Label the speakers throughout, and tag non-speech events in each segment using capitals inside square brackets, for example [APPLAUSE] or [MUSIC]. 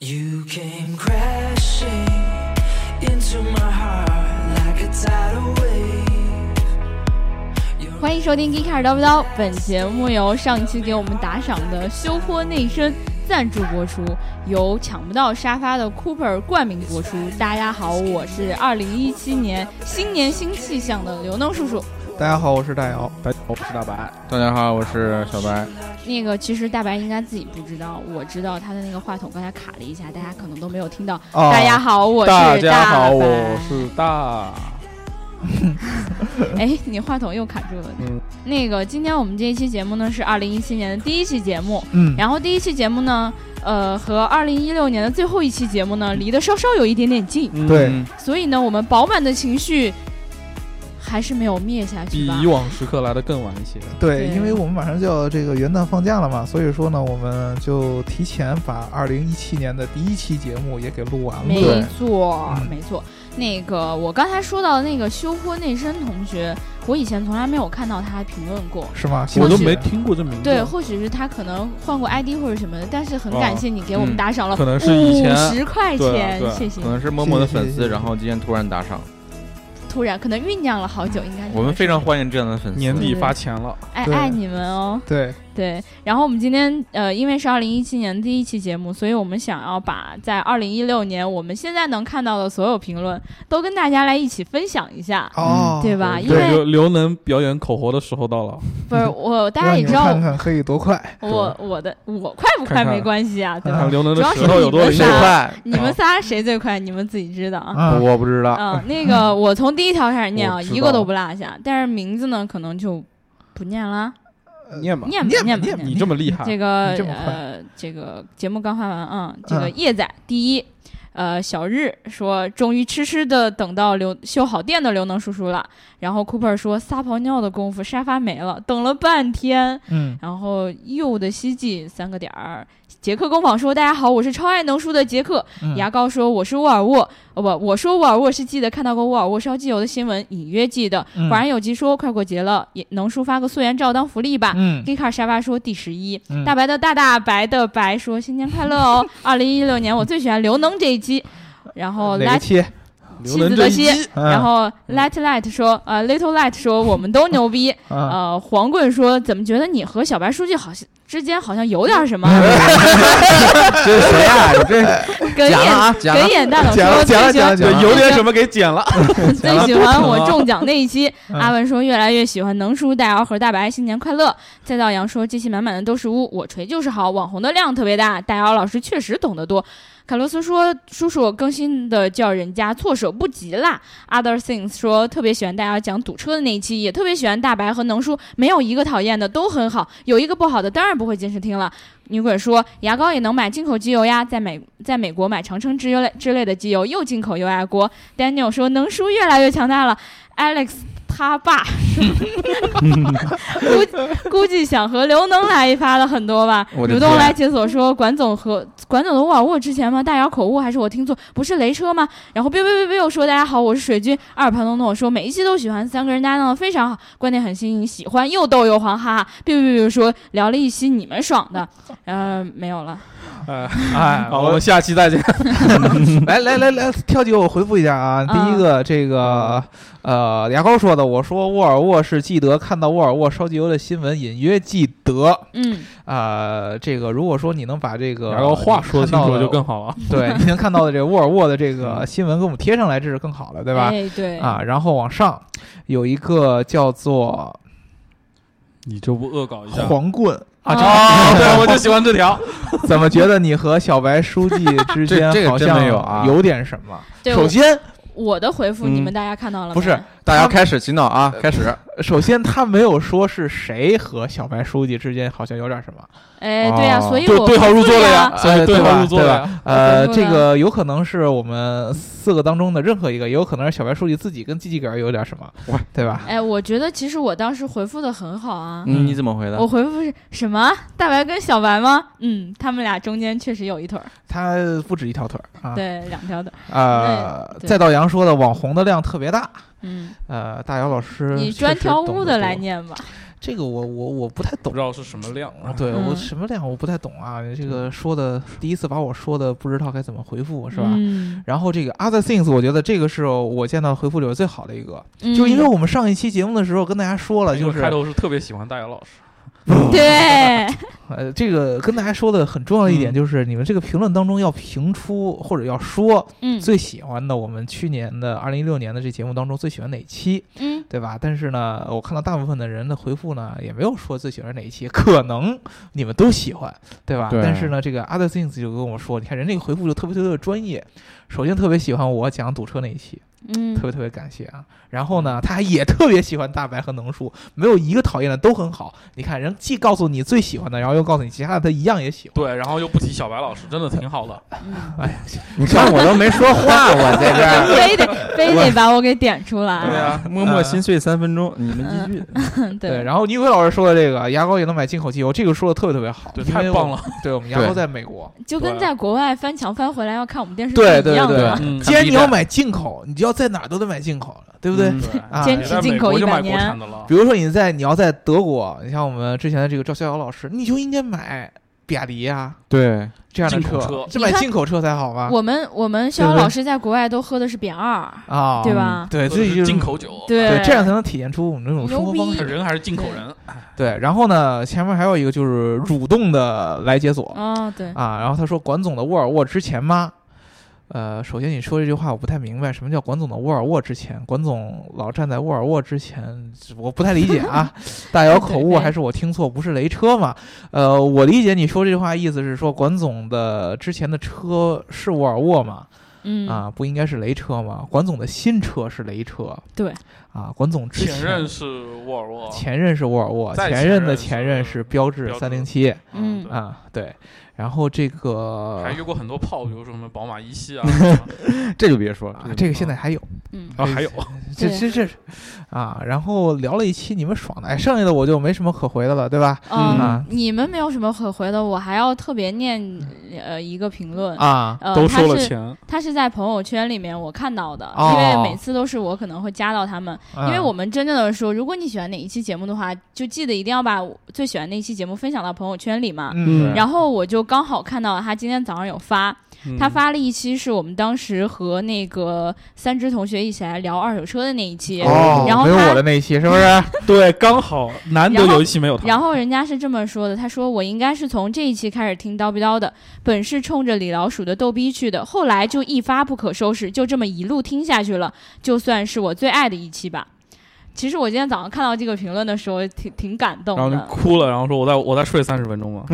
Speaker 1: You came crashing into my heart like a tidal wave.
Speaker 2: 欢迎收听《g e e k 开始叨不叨》，本节目由上期给我们打赏的修坡内参赞助播出，由抢不到沙发的 Cooper 冠名播出。大家好，我是二零一七年新年新气象的刘能叔叔。
Speaker 3: 大家好，我是大姚。
Speaker 4: 大家好，我是大白。
Speaker 5: 大家好，我是小白。
Speaker 2: 那个其实大白应该自己不知道，我知道他的那个话筒刚才卡了一下，大家可能都没有听到。
Speaker 3: 哦
Speaker 4: 啊
Speaker 2: 大家好，我是
Speaker 4: 大
Speaker 2: 白。
Speaker 4: 家好，我是大。
Speaker 2: 哎，你话筒又卡住了。
Speaker 4: 嗯
Speaker 2: 那个，今天我们这一期节目呢是二零一七年的第一期节目，
Speaker 3: 嗯，
Speaker 2: 然后第一期节目呢，呃，和二零一六年的最后一期节目呢，离得稍稍有一点点近，
Speaker 3: 对
Speaker 4: 嗯
Speaker 2: 所以呢，我们饱满的情绪还是没有灭下去
Speaker 4: 比
Speaker 2: 吧
Speaker 4: 以。往时刻来的更晚一些。
Speaker 3: 对，
Speaker 2: 对
Speaker 3: 因为我们马上就要这个元旦放假了嘛，所以说呢，我们就提前把二零一七年的第一期节目也给录完了。
Speaker 2: 没错
Speaker 3: 嗯，
Speaker 2: 没错。那个，我刚才说到的那个修坡内生同学，我以前从来没有看到他评论过。
Speaker 3: 是吗？
Speaker 4: 我都
Speaker 2: 是
Speaker 4: 没听过这名字。
Speaker 2: 对，或许是他可能换过 ID 或者什么的，但是很感谢你给我们
Speaker 5: 嗯
Speaker 2: 打赏了
Speaker 4: 可能是以前
Speaker 2: 哦五十块
Speaker 5: 对啊
Speaker 2: 钱
Speaker 5: 对啊，
Speaker 2: 谢谢
Speaker 5: 可。能是默默的粉
Speaker 3: 谢谢谢
Speaker 5: 丝，
Speaker 3: 谢
Speaker 5: 然后今天突然打赏，
Speaker 2: 突然，可能酝酿了好久，应该是
Speaker 5: 我们非常欢迎这样的粉丝。哦
Speaker 4: 年底发钱了，
Speaker 2: 爱
Speaker 3: 对
Speaker 2: 爱你们哦。
Speaker 3: 对，
Speaker 2: 对，然后我们今天呃，因为是二零一七年第一期节目，所以我们想要把在二零一六年我们现在能看到的所有评论都跟大家来一起分享一下，
Speaker 4: 嗯
Speaker 3: 哦，
Speaker 2: 对吧？因
Speaker 4: 刘
Speaker 2: 为
Speaker 4: 刘能表演口活的时候到了。
Speaker 2: 不是我，大家
Speaker 3: 让
Speaker 2: 也
Speaker 3: 你
Speaker 2: 知
Speaker 3: 们
Speaker 2: 道
Speaker 3: 看看可以多快。
Speaker 2: 我我的我快不快
Speaker 4: 看看嗯
Speaker 2: 没关系啊，对
Speaker 4: 看
Speaker 2: 吧？
Speaker 4: 刘能的
Speaker 2: 主要是
Speaker 4: 舌头有多
Speaker 2: 你
Speaker 4: 厉
Speaker 5: 谁
Speaker 2: 们仨
Speaker 4: 害。
Speaker 5: 快？
Speaker 2: 你们仨谁最快？你们自己知道啊。
Speaker 3: 啊，
Speaker 5: 我不知道。
Speaker 2: 嗯、那个我从第一条开始念啊，
Speaker 5: 我知
Speaker 2: 一个都
Speaker 5: 道
Speaker 2: 不落下，但是名字呢可能就不念了，
Speaker 4: 念吧，
Speaker 2: 念吧
Speaker 3: 念吧
Speaker 2: 念吧
Speaker 3: 念吧
Speaker 2: 念
Speaker 4: 你这么厉害，
Speaker 2: 这个
Speaker 3: 啊你这么快
Speaker 2: 呃，这个节目刚发完啊、嗯，这个
Speaker 3: 嗯
Speaker 2: 叶仔第一，呃，小日说终于痴痴的等到刘修好电的刘能叔叔了，然后 Cooper 说撒泡尿的功夫沙发没了，等了半天，
Speaker 3: 嗯，
Speaker 2: 然后又的希冀三个点儿，杰克工坊说大家好，我是超爱能叔的杰克，
Speaker 3: 嗯
Speaker 2: 牙膏说我是沃尔沃，呃不，我说沃尔沃是记得看到过沃尔沃烧机油的新闻，隐约记得，
Speaker 3: 嗯
Speaker 2: 果然有集说快过节了，也能叔发个素颜照当福利吧，
Speaker 3: 嗯
Speaker 2: g e e k a r 沙发说第十一，
Speaker 3: 嗯
Speaker 2: 大白的大大白的白说新年快乐哦！二零一六年我最喜欢刘能这一期，然后
Speaker 3: 哪
Speaker 2: Light
Speaker 3: 个期？
Speaker 4: 刘
Speaker 2: 妻
Speaker 4: 能
Speaker 2: 子
Speaker 4: 这
Speaker 2: 的
Speaker 4: 一
Speaker 2: 妻
Speaker 4: 期，
Speaker 2: 然
Speaker 3: 然
Speaker 2: 后 Light Light 说呃 Little Light 说我们都牛逼，
Speaker 3: 啊，
Speaker 2: 呃黄棍说怎么觉得你和小白书记好像之间好像有点什么？
Speaker 5: 这是谁呀？你
Speaker 2: [LAUGHS]
Speaker 5: 这
Speaker 2: 哽
Speaker 5: 讲了
Speaker 2: 咽
Speaker 5: 啊，讲了
Speaker 2: 哽。咽大佬
Speaker 3: 讲
Speaker 2: 说
Speaker 3: 了
Speaker 2: 最
Speaker 3: 讲了
Speaker 2: 喜欢
Speaker 3: 讲了讲了，
Speaker 4: 有点什么给 [LAUGHS] 剪了。
Speaker 2: [LAUGHS] 最喜欢我中奖那一期。
Speaker 3: 嗯
Speaker 2: 阿文说越来越喜欢能叔、大姚和大白，新年快乐。再到杨说这期满满的都是污，我锤就是好，网红的量特别大，大姚老师确实懂得多。卡洛斯说：“叔叔更新的叫人家措手不及啦。” Other things 说特别喜欢大姚讲堵车的那一期，也特别喜欢大白和能叔，没有一个讨厌的，都很好。有一个不好的，当然不会坚持听了。女鬼说牙膏也能买进口机油呀，在美在美国买长城之类之类的机油，又进口又爱国。Daniel 说能叔越来越强大了，Alex 他
Speaker 3: [LAUGHS]
Speaker 2: 爸估估计想和刘能来一发的很多吧。
Speaker 5: 我的
Speaker 2: 主动
Speaker 5: 天
Speaker 2: 来解锁说管总和管总的沃尔沃之前吗？大姚口误还是我听错？不是雷车吗？然后 biu biu biu biu 说大家好，我是水军。阿尔盘诺诺说每一期都喜欢，三个人搭档的非常好，观点很新颖，喜欢又逗又黄，哈哈。biu biu biu 说聊了一期你们爽的，呃，没有了。
Speaker 4: 哎哎，
Speaker 5: 好
Speaker 4: 我们下期再见。
Speaker 2: [LAUGHS]
Speaker 3: 来来来来，跳级我回复一下啊。
Speaker 2: 嗯
Speaker 3: 第一个，这个呃，牙膏说的，我说沃尔沃是记得看到沃尔沃烧机油的新闻，隐约记得
Speaker 2: 嗯，
Speaker 3: 啊、这个如果说你能把这个
Speaker 4: 然后话说清楚了就
Speaker 3: 你看
Speaker 4: 更好了。嗯
Speaker 3: 到
Speaker 4: [LAUGHS]
Speaker 3: 的对，你能看到的这个沃尔沃的这个新闻给我们贴上来，这是更好了，对吧？
Speaker 2: 哎，对，
Speaker 3: 啊，然后往上有一个叫做
Speaker 4: 你这不恶搞一 [LAUGHS] 下？
Speaker 3: 黄棍啊，
Speaker 2: 哦
Speaker 4: 哦，对，我就喜欢这条。
Speaker 2: [LAUGHS]
Speaker 3: 这怎么觉得你和小白书记之间
Speaker 5: 这这个
Speaker 3: 好
Speaker 5: 真
Speaker 3: 像
Speaker 5: 没有啊
Speaker 3: 有点什么？
Speaker 2: 对，
Speaker 3: 首先，
Speaker 2: 我我的回复
Speaker 5: 嗯
Speaker 2: 你们大家看到了吗？
Speaker 3: 不是，
Speaker 5: 大家开始洗脑啊！开始，
Speaker 3: 首先他没有说是谁和小白书记之间好像有点什么，
Speaker 2: 哎，对呀，
Speaker 5: 哦
Speaker 2: 所以
Speaker 4: 对
Speaker 2: 我
Speaker 4: 对号入座了呀
Speaker 2: 回复
Speaker 4: 所以
Speaker 3: 哎
Speaker 4: [LAUGHS] 对
Speaker 3: 对
Speaker 4: 号
Speaker 3: 吧
Speaker 4: 入座
Speaker 3: 对
Speaker 4: 了
Speaker 2: 啊
Speaker 3: 吧
Speaker 4: 呀。
Speaker 3: 呃，
Speaker 2: 我
Speaker 3: 这
Speaker 2: 听说
Speaker 3: 个有可能是我们四个当中的任何一个，也有可能是小白书记自己跟机器人有点什么
Speaker 5: 哇，
Speaker 3: 对吧？
Speaker 2: 哎，我觉得其实我当时回复的很好啊。
Speaker 5: 嗯你怎么回的
Speaker 2: 我？回复是什么？大白跟小白吗？嗯，他们俩中间确实有一腿儿，
Speaker 3: 他不止一条腿儿啊，
Speaker 2: 对，两条腿儿。
Speaker 3: 呃，
Speaker 2: 对
Speaker 3: 再到杨说的网红的量特别大，
Speaker 2: 嗯，
Speaker 3: 呃，大姚老师
Speaker 2: 你
Speaker 3: 确
Speaker 2: 专
Speaker 3: 实
Speaker 2: 挑
Speaker 3: 懂
Speaker 2: 污的
Speaker 3: 得多
Speaker 2: 来念吧。
Speaker 3: 这个我我我不太
Speaker 4: 不
Speaker 3: 懂
Speaker 4: 知。道是什么量啊。
Speaker 3: 对
Speaker 2: 嗯
Speaker 3: 我什么量我不太懂啊，这个说的第一次把我说的不知道该怎么回复是吧？
Speaker 2: 嗯，
Speaker 3: 然后这个 other things，我觉得这个是我见到回复里边最好的一个，
Speaker 2: 嗯
Speaker 3: 就是因为我们上一期节目的时候跟大家说了，
Speaker 4: 因为
Speaker 3: 就
Speaker 4: 我
Speaker 3: 是
Speaker 4: 开头是特别喜欢大姚老师，
Speaker 3: [LAUGHS]
Speaker 2: 对，
Speaker 3: 呃，这个跟大家说的很重要的一点
Speaker 4: 嗯
Speaker 3: 就是，你们这个评论当中要评出或者要说
Speaker 2: 嗯
Speaker 3: 最喜欢的我们去年的二零一六年的这节目当中最喜欢哪期，
Speaker 2: 嗯
Speaker 3: 对吧？但是呢，我看到大部分的人的回复呢，也没有说最喜欢哪一期，可能你们都喜欢，对吧？
Speaker 5: 对
Speaker 3: 但是呢，这个 other things 就跟我说，你看人这个回复就特别特别的专业。首先特别喜欢我讲堵车那一期，
Speaker 2: 嗯
Speaker 3: 特别特别感谢啊。然后呢，他也特别喜欢大白和能叔，没有一个讨厌的，都很好。你看，人既告诉你最喜欢的，然后又告诉你其他的，他一样也喜欢。
Speaker 4: 对，然后又不提小白老师，真的挺好的。
Speaker 2: 嗯，
Speaker 3: [LAUGHS]
Speaker 5: 你看我都没说话，
Speaker 2: [LAUGHS]
Speaker 5: 我在这儿。
Speaker 2: 非得非得把我给点出
Speaker 5: 对
Speaker 2: 来，啊
Speaker 5: 呀、默默心碎三分钟，你们继续。
Speaker 3: 对，然后倪奎老师说的这个牙膏也能买进口机油，这个说的特别特别好，
Speaker 4: 对，
Speaker 3: 因为
Speaker 4: 太
Speaker 3: 我
Speaker 4: 棒。了。
Speaker 3: 对我们牙膏
Speaker 5: 对
Speaker 3: 在美国，
Speaker 2: 就跟
Speaker 4: 对
Speaker 2: 在国外翻墙翻回来要看我们电视剧
Speaker 3: 对对
Speaker 2: 一样
Speaker 3: 对
Speaker 2: 的。
Speaker 4: 嗯
Speaker 3: 既然你要买进口，你就要在哪儿都得买进口了，对不对？
Speaker 5: 嗯
Speaker 3: 啊
Speaker 2: 坚
Speaker 4: 你
Speaker 2: 持
Speaker 4: 哎在
Speaker 2: 进
Speaker 4: 美
Speaker 2: 口
Speaker 4: 国
Speaker 2: 一
Speaker 4: 就
Speaker 2: 百
Speaker 4: 买国
Speaker 2: 年
Speaker 4: 产，的了
Speaker 3: 比，如说你在你要在德国，你像我们之前的这个赵逍遥老师，你就应该买比亚迪啊
Speaker 5: [LAUGHS] 对，
Speaker 3: 这样的
Speaker 4: 进口车
Speaker 3: 这买
Speaker 2: 你看
Speaker 3: 进口车才好吧？
Speaker 2: 我们我们逍遥
Speaker 3: 啊对对
Speaker 2: 老师在国外都喝的是扁二，
Speaker 3: 啊，
Speaker 2: 对吧
Speaker 3: 对，
Speaker 4: 所
Speaker 3: 这
Speaker 4: 以
Speaker 3: 就是
Speaker 4: 呃进口酒，
Speaker 2: 对
Speaker 3: 对，这样才能体现出我们这种生活方
Speaker 2: 牛逼
Speaker 3: 式。
Speaker 4: 人还是进口人。
Speaker 3: 对，然后呢，前面还有一个就是主动的来解锁
Speaker 2: 哦，对，
Speaker 3: 啊。然后他说，管总的沃尔沃之前吗？呃，首先你说这句话我不太明白，什么叫管总的沃尔沃之前？管总老站在沃尔沃之前，我不太理解
Speaker 2: [LAUGHS]
Speaker 3: 啊。大姚口误还是我听错？不是雷车嘛？呃，我理解你说这句话意思是说，管总的之前的车是沃尔沃嘛？
Speaker 2: 嗯，
Speaker 3: 啊，不应该是雷车吗？管总的新车是雷车，
Speaker 2: 对，
Speaker 3: 啊，管总之
Speaker 4: 前
Speaker 3: 前
Speaker 4: 任是沃尔沃，
Speaker 3: 前任是沃尔沃，
Speaker 4: 再
Speaker 3: 哦前
Speaker 4: 前
Speaker 3: 任的
Speaker 4: 任
Speaker 3: 前
Speaker 4: 是
Speaker 3: 任是标致
Speaker 4: 标致
Speaker 3: 三零七
Speaker 2: 嗯
Speaker 4: 对
Speaker 3: 啊，对，然后这个
Speaker 4: 还约过很多炮，比如说什么宝马一
Speaker 2: [LAUGHS]
Speaker 4: 系啊，什么
Speaker 5: 这就别说
Speaker 3: 啊
Speaker 5: 了，
Speaker 3: 这个现在还有，
Speaker 2: 嗯，
Speaker 4: 啊还有
Speaker 3: 这
Speaker 2: 对
Speaker 3: 这这啊，然后聊了一期你们爽的，哎，剩下的我就没什么可回的了，对吧？
Speaker 2: 嗯，
Speaker 3: 啊
Speaker 2: 你们没有什么可回的，我还要特别念呃一个评论。
Speaker 3: 啊，
Speaker 2: 呃，
Speaker 4: 都
Speaker 2: 他
Speaker 4: 收了
Speaker 2: 是
Speaker 4: 钱，
Speaker 2: 他是在朋友圈里面我看到的，
Speaker 3: 哦
Speaker 2: 因为每次都是我可能会加到他们，因为
Speaker 3: 嗯
Speaker 2: 我们真正的说，如果你喜欢哪一期节目的话，就记得一定要把最喜欢那一期节目分享到朋友圈里嘛。
Speaker 3: 嗯，
Speaker 2: 然后我就刚好看到他今天早上有发，
Speaker 4: 嗯
Speaker 2: 他发了一期是我们当时和那个三只同学一起来聊二手车的那一期，
Speaker 3: 哦，
Speaker 2: 然后
Speaker 3: 没有
Speaker 2: 他
Speaker 3: 我的那一期是不是？
Speaker 2: [LAUGHS]
Speaker 4: 对，刚好难得
Speaker 2: 然后
Speaker 4: 有一期没有他，
Speaker 2: 然后人家是这么说的，他说我应该是从这一期开始听叨逼叨的，本是冲着李老鼠的逗逼去的，后来就一发不可收拾，就这么一路听下去了，就算是我最爱的一期吧。其实我今天早上看到这个评论的时候，挺挺感动
Speaker 4: 然后就
Speaker 2: [LAUGHS] 的，
Speaker 4: 哭了，然后说我再我再睡三十分钟嘛，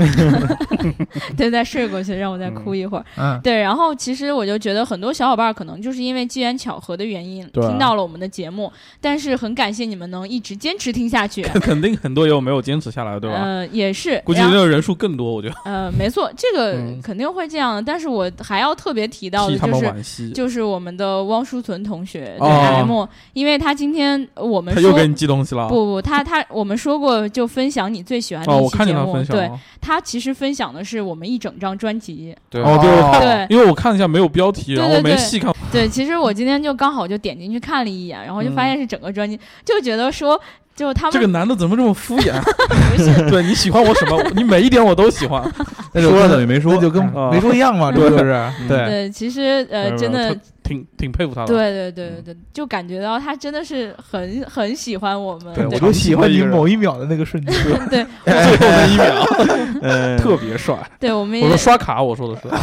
Speaker 2: 对，再睡过去，让我再哭一会儿。
Speaker 3: 嗯，
Speaker 2: 对，然后其实我就觉得很多小伙伴可能就是因为机缘巧合的原因
Speaker 4: 对啊
Speaker 2: 听到了我们的节目，但是很感谢你们能一直坚持听下去，
Speaker 4: [LAUGHS] 肯定很多也有没有坚持下来，对吧？
Speaker 2: 呃，也是，
Speaker 4: 估计
Speaker 2: 然
Speaker 4: 那
Speaker 2: 后
Speaker 4: 个人数更多，我觉得
Speaker 2: 呃，没错，这个
Speaker 4: 嗯
Speaker 2: 肯定会这样的。但是我还要特别提到的
Speaker 4: 替他
Speaker 2: 就
Speaker 4: 们
Speaker 2: 是，
Speaker 4: 惋惜。
Speaker 2: 就是我们的汪书存同学对
Speaker 4: 哦
Speaker 2: M，因为他今天我们
Speaker 4: 他
Speaker 2: 说
Speaker 4: 又给你寄东西了
Speaker 2: 不，不，他他我们说过就分享你最喜欢的
Speaker 4: 哦，
Speaker 2: 一
Speaker 4: 我
Speaker 2: 期
Speaker 4: 看
Speaker 2: 节
Speaker 4: 见他
Speaker 2: 目，
Speaker 4: 分享
Speaker 2: 对
Speaker 4: 了，
Speaker 2: 他其实分享的是我们一整张专辑。
Speaker 5: 对
Speaker 4: 哦
Speaker 5: [LAUGHS]
Speaker 4: 对
Speaker 2: 对
Speaker 4: 因为我看了一下没有标题，
Speaker 2: 对
Speaker 4: 然后
Speaker 2: 对
Speaker 4: 我没
Speaker 2: 对
Speaker 4: 细看，
Speaker 2: 对，其实我今天就刚好就点进去看了一眼，然后就发现是整个专辑，就觉得说就他们
Speaker 4: 嗯这个男的怎么这么敷衍？啊
Speaker 2: [LAUGHS] 不是
Speaker 4: 对你喜欢我什么？你每一点我都喜欢。
Speaker 3: 那就
Speaker 5: 说了
Speaker 3: 跟
Speaker 5: 等于没说
Speaker 3: 那就跟
Speaker 4: 啊
Speaker 3: 没说一嗯
Speaker 2: [LAUGHS]
Speaker 3: 样嘛，这不就是？
Speaker 4: 嗯
Speaker 3: 对，
Speaker 2: 对，其实
Speaker 4: 没有没
Speaker 2: 呃
Speaker 4: 有
Speaker 2: 真的
Speaker 4: 特挺挺佩服他的。
Speaker 2: 对对对
Speaker 4: 嗯
Speaker 2: 对，就感觉到他真的是很很喜欢我们，
Speaker 4: 对
Speaker 3: 我
Speaker 4: 我
Speaker 3: 就
Speaker 4: 就
Speaker 3: 喜
Speaker 4: 喜
Speaker 3: 欢
Speaker 4: 欢
Speaker 3: 你
Speaker 4: 你
Speaker 3: 某
Speaker 4: 某
Speaker 3: 一秒的那个瞬间，
Speaker 2: 对
Speaker 4: 最后那一秒
Speaker 5: [LAUGHS] 嗯，
Speaker 4: 特别帅。
Speaker 2: 对，我们
Speaker 4: 我
Speaker 2: 也
Speaker 4: 说刷卡，我说的是啊，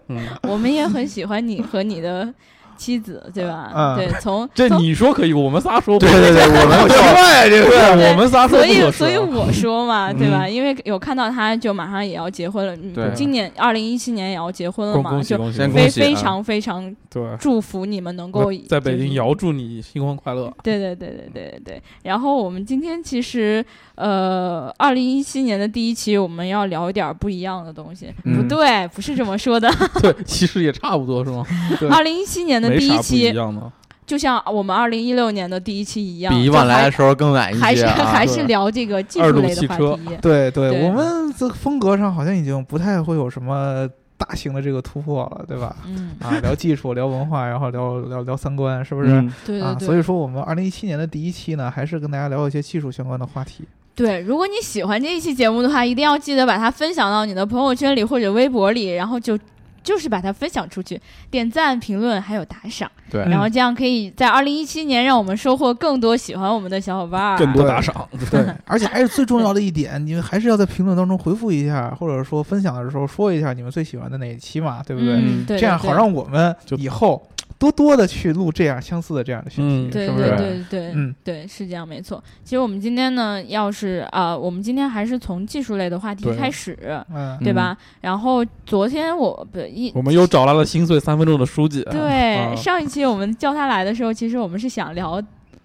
Speaker 2: [LAUGHS]
Speaker 4: 嗯，
Speaker 2: 我们也很喜欢你和你的妻子，对吧？
Speaker 3: 嗯
Speaker 2: 对，从
Speaker 4: [LAUGHS] 这
Speaker 2: 从
Speaker 4: 你说可以，我们仨说不
Speaker 5: 对对对，我们
Speaker 3: 奇怪这个。
Speaker 4: 对，我们仨说嗯
Speaker 2: 所
Speaker 4: 不
Speaker 2: 以
Speaker 4: 合
Speaker 2: 所以
Speaker 4: 适啊。 [LAUGHS]
Speaker 2: 我说嘛，对吧？因为有看到他就马上也要结婚了，
Speaker 5: 对
Speaker 2: 嗯今年二零一七年也要结婚了
Speaker 4: 恭
Speaker 2: 嘛，
Speaker 4: 恭喜
Speaker 2: 就
Speaker 4: 恭喜！
Speaker 5: 先
Speaker 4: 恭喜
Speaker 2: 非
Speaker 5: 恭喜啊
Speaker 2: 非常非常
Speaker 4: 对，
Speaker 2: 祝福你们能够
Speaker 4: 在北
Speaker 2: 就是
Speaker 4: 京遥祝你新婚快乐。 [LAUGHS]
Speaker 2: 对对对对对对对。然后我们今天其实，呃，二零一七年的第一期我们要聊一点儿不一样的东西。
Speaker 5: 嗯
Speaker 2: 不对，不是这么说的。
Speaker 4: 对，其实也差不多是吗？对
Speaker 2: 二零一七年的
Speaker 4: 没
Speaker 2: 第
Speaker 4: 啥不一
Speaker 2: 期，
Speaker 4: 样的。
Speaker 2: 就像我们二零一六年的第一期一样，
Speaker 5: 比以
Speaker 2: 就
Speaker 5: 往来
Speaker 2: 还
Speaker 5: 的时候更晚一
Speaker 2: 还
Speaker 5: 些
Speaker 2: 是 [LAUGHS]
Speaker 5: 啊
Speaker 2: 还。是聊这个技
Speaker 4: 二
Speaker 2: 术
Speaker 4: 路
Speaker 2: 类
Speaker 4: 汽
Speaker 2: 的话
Speaker 4: 车
Speaker 2: 题。
Speaker 3: 对对，
Speaker 2: 对
Speaker 3: 我们这个风格上好像已经不太会有什么大型的这个突破了，对吧？
Speaker 2: 嗯，
Speaker 4: [LAUGHS]
Speaker 3: 啊，聊技术，聊文化，然后聊聊聊三观，是不是？
Speaker 4: 嗯
Speaker 2: 对对
Speaker 3: 啊，
Speaker 2: 对。
Speaker 3: 所以说我们二零一七年的第一期呢，还是跟大家聊一些技术相关的话题。
Speaker 2: 对，如果你喜欢这一期节目的话，一定要记得把它分享到你的朋友圈里或者微博里，然后就就是把它分享出去，点赞、评论还有打赏，
Speaker 5: 对
Speaker 4: 嗯
Speaker 2: 然后这样可以在二零一七年让我们收获更多喜欢我们的小伙伴儿。
Speaker 4: 更多打赏， [LAUGHS]
Speaker 3: [LAUGHS] 对，
Speaker 2: [LAUGHS]
Speaker 3: 而且还是最重要的一点，你们还是要在评论当中回复一下，或者说分享的时候说一下你们最喜欢的哪一期嘛，对不对？
Speaker 2: 嗯、对，
Speaker 3: 这样好让我们
Speaker 4: 就
Speaker 3: 以后多多的去录这样相似的这样的选题，
Speaker 4: 嗯
Speaker 2: 对
Speaker 3: 是不
Speaker 2: 对
Speaker 3: 是？
Speaker 2: 对对
Speaker 3: 嗯
Speaker 2: 对，是这样，没错。其实我们今天呢，要是啊、呃我们今天还是从技术类的话题
Speaker 4: 对
Speaker 2: 开始，
Speaker 3: 嗯，
Speaker 2: 对吧？然后昨天我不一
Speaker 4: 我们又找来了心碎三分钟的书记，
Speaker 2: 对、
Speaker 4: 啊
Speaker 2: 上一期我们叫他来的时候，其实我们是想聊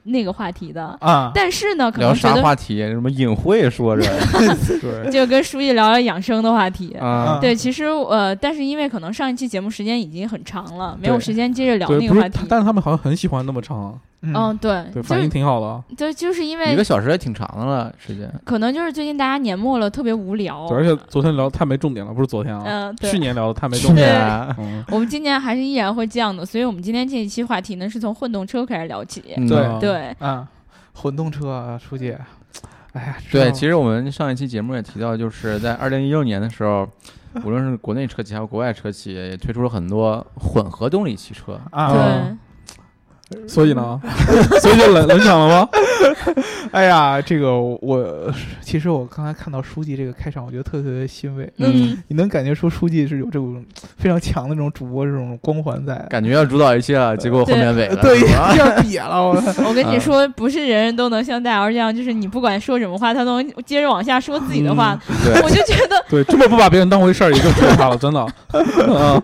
Speaker 2: 那个话题的，
Speaker 3: 啊，
Speaker 2: 但是呢，可
Speaker 5: 聊
Speaker 2: 能觉
Speaker 5: 啥
Speaker 2: 得
Speaker 5: 话题？什么隐晦说着
Speaker 4: 对，
Speaker 2: 就跟书记聊聊养生的话题。
Speaker 5: 啊？
Speaker 2: 对，其实呃，但是因为可能上一期节目时间已经很长了，没有
Speaker 4: 对
Speaker 2: 时间接着聊那
Speaker 4: 对，
Speaker 2: 个
Speaker 4: 不
Speaker 2: 话
Speaker 4: 是
Speaker 2: 题
Speaker 4: 他，。但是他们好像很喜欢那么长，啊
Speaker 2: 嗯，对，
Speaker 4: 对，
Speaker 2: 就
Speaker 4: 反应
Speaker 2: 是
Speaker 4: 挺好的啊，
Speaker 2: 就就是因
Speaker 5: 一
Speaker 2: 为
Speaker 5: 个小时也挺长的了，时间。
Speaker 2: 可能就是最近大家年末了，特别无聊。
Speaker 4: 对而且昨天聊得太没重点了，不是昨天啊，
Speaker 2: 哦嗯，对
Speaker 4: 去，年聊的太没
Speaker 5: 去
Speaker 4: 重点了，
Speaker 5: 年啊
Speaker 4: 嗯，
Speaker 2: 我们今年还是依然会这样的，所以我们今天这一期话题呢是从混动车开始聊起。
Speaker 5: 嗯
Speaker 4: 对
Speaker 2: 对，
Speaker 3: 啊，混动车啊，书记，哎呀，知道
Speaker 5: 对，其实我们上一期节目也提到，就是在二零一六年的时候，无论是国内车企还有国外车企，也推出了很多混合动力汽车。
Speaker 3: 啊，
Speaker 2: 对，
Speaker 4: 嗯
Speaker 2: 嗯
Speaker 4: 所以呢，所以就冷冷场了吗？ [LAUGHS]
Speaker 3: [LAUGHS] 哎呀，这个我 [LAUGHS] 其实我刚才看到书记这个开场，我觉得特别特别欣慰，
Speaker 2: 嗯，
Speaker 3: 你能感觉出书记是有这种非常强的这种主播这种光环在，
Speaker 5: 感觉要主导一切了，结果后面尾了。
Speaker 3: 对，
Speaker 5: 是吧
Speaker 3: [LAUGHS] 一下瘪了，我
Speaker 2: 我跟你
Speaker 5: 啊
Speaker 2: 说，不是人人都能像戴瑶这样，就是你不管说什么话，他都能接着往下说自己的话。
Speaker 5: 对
Speaker 2: 我就觉得，
Speaker 4: 对，这么不把别人当回事儿也更可怕了，真的。啊，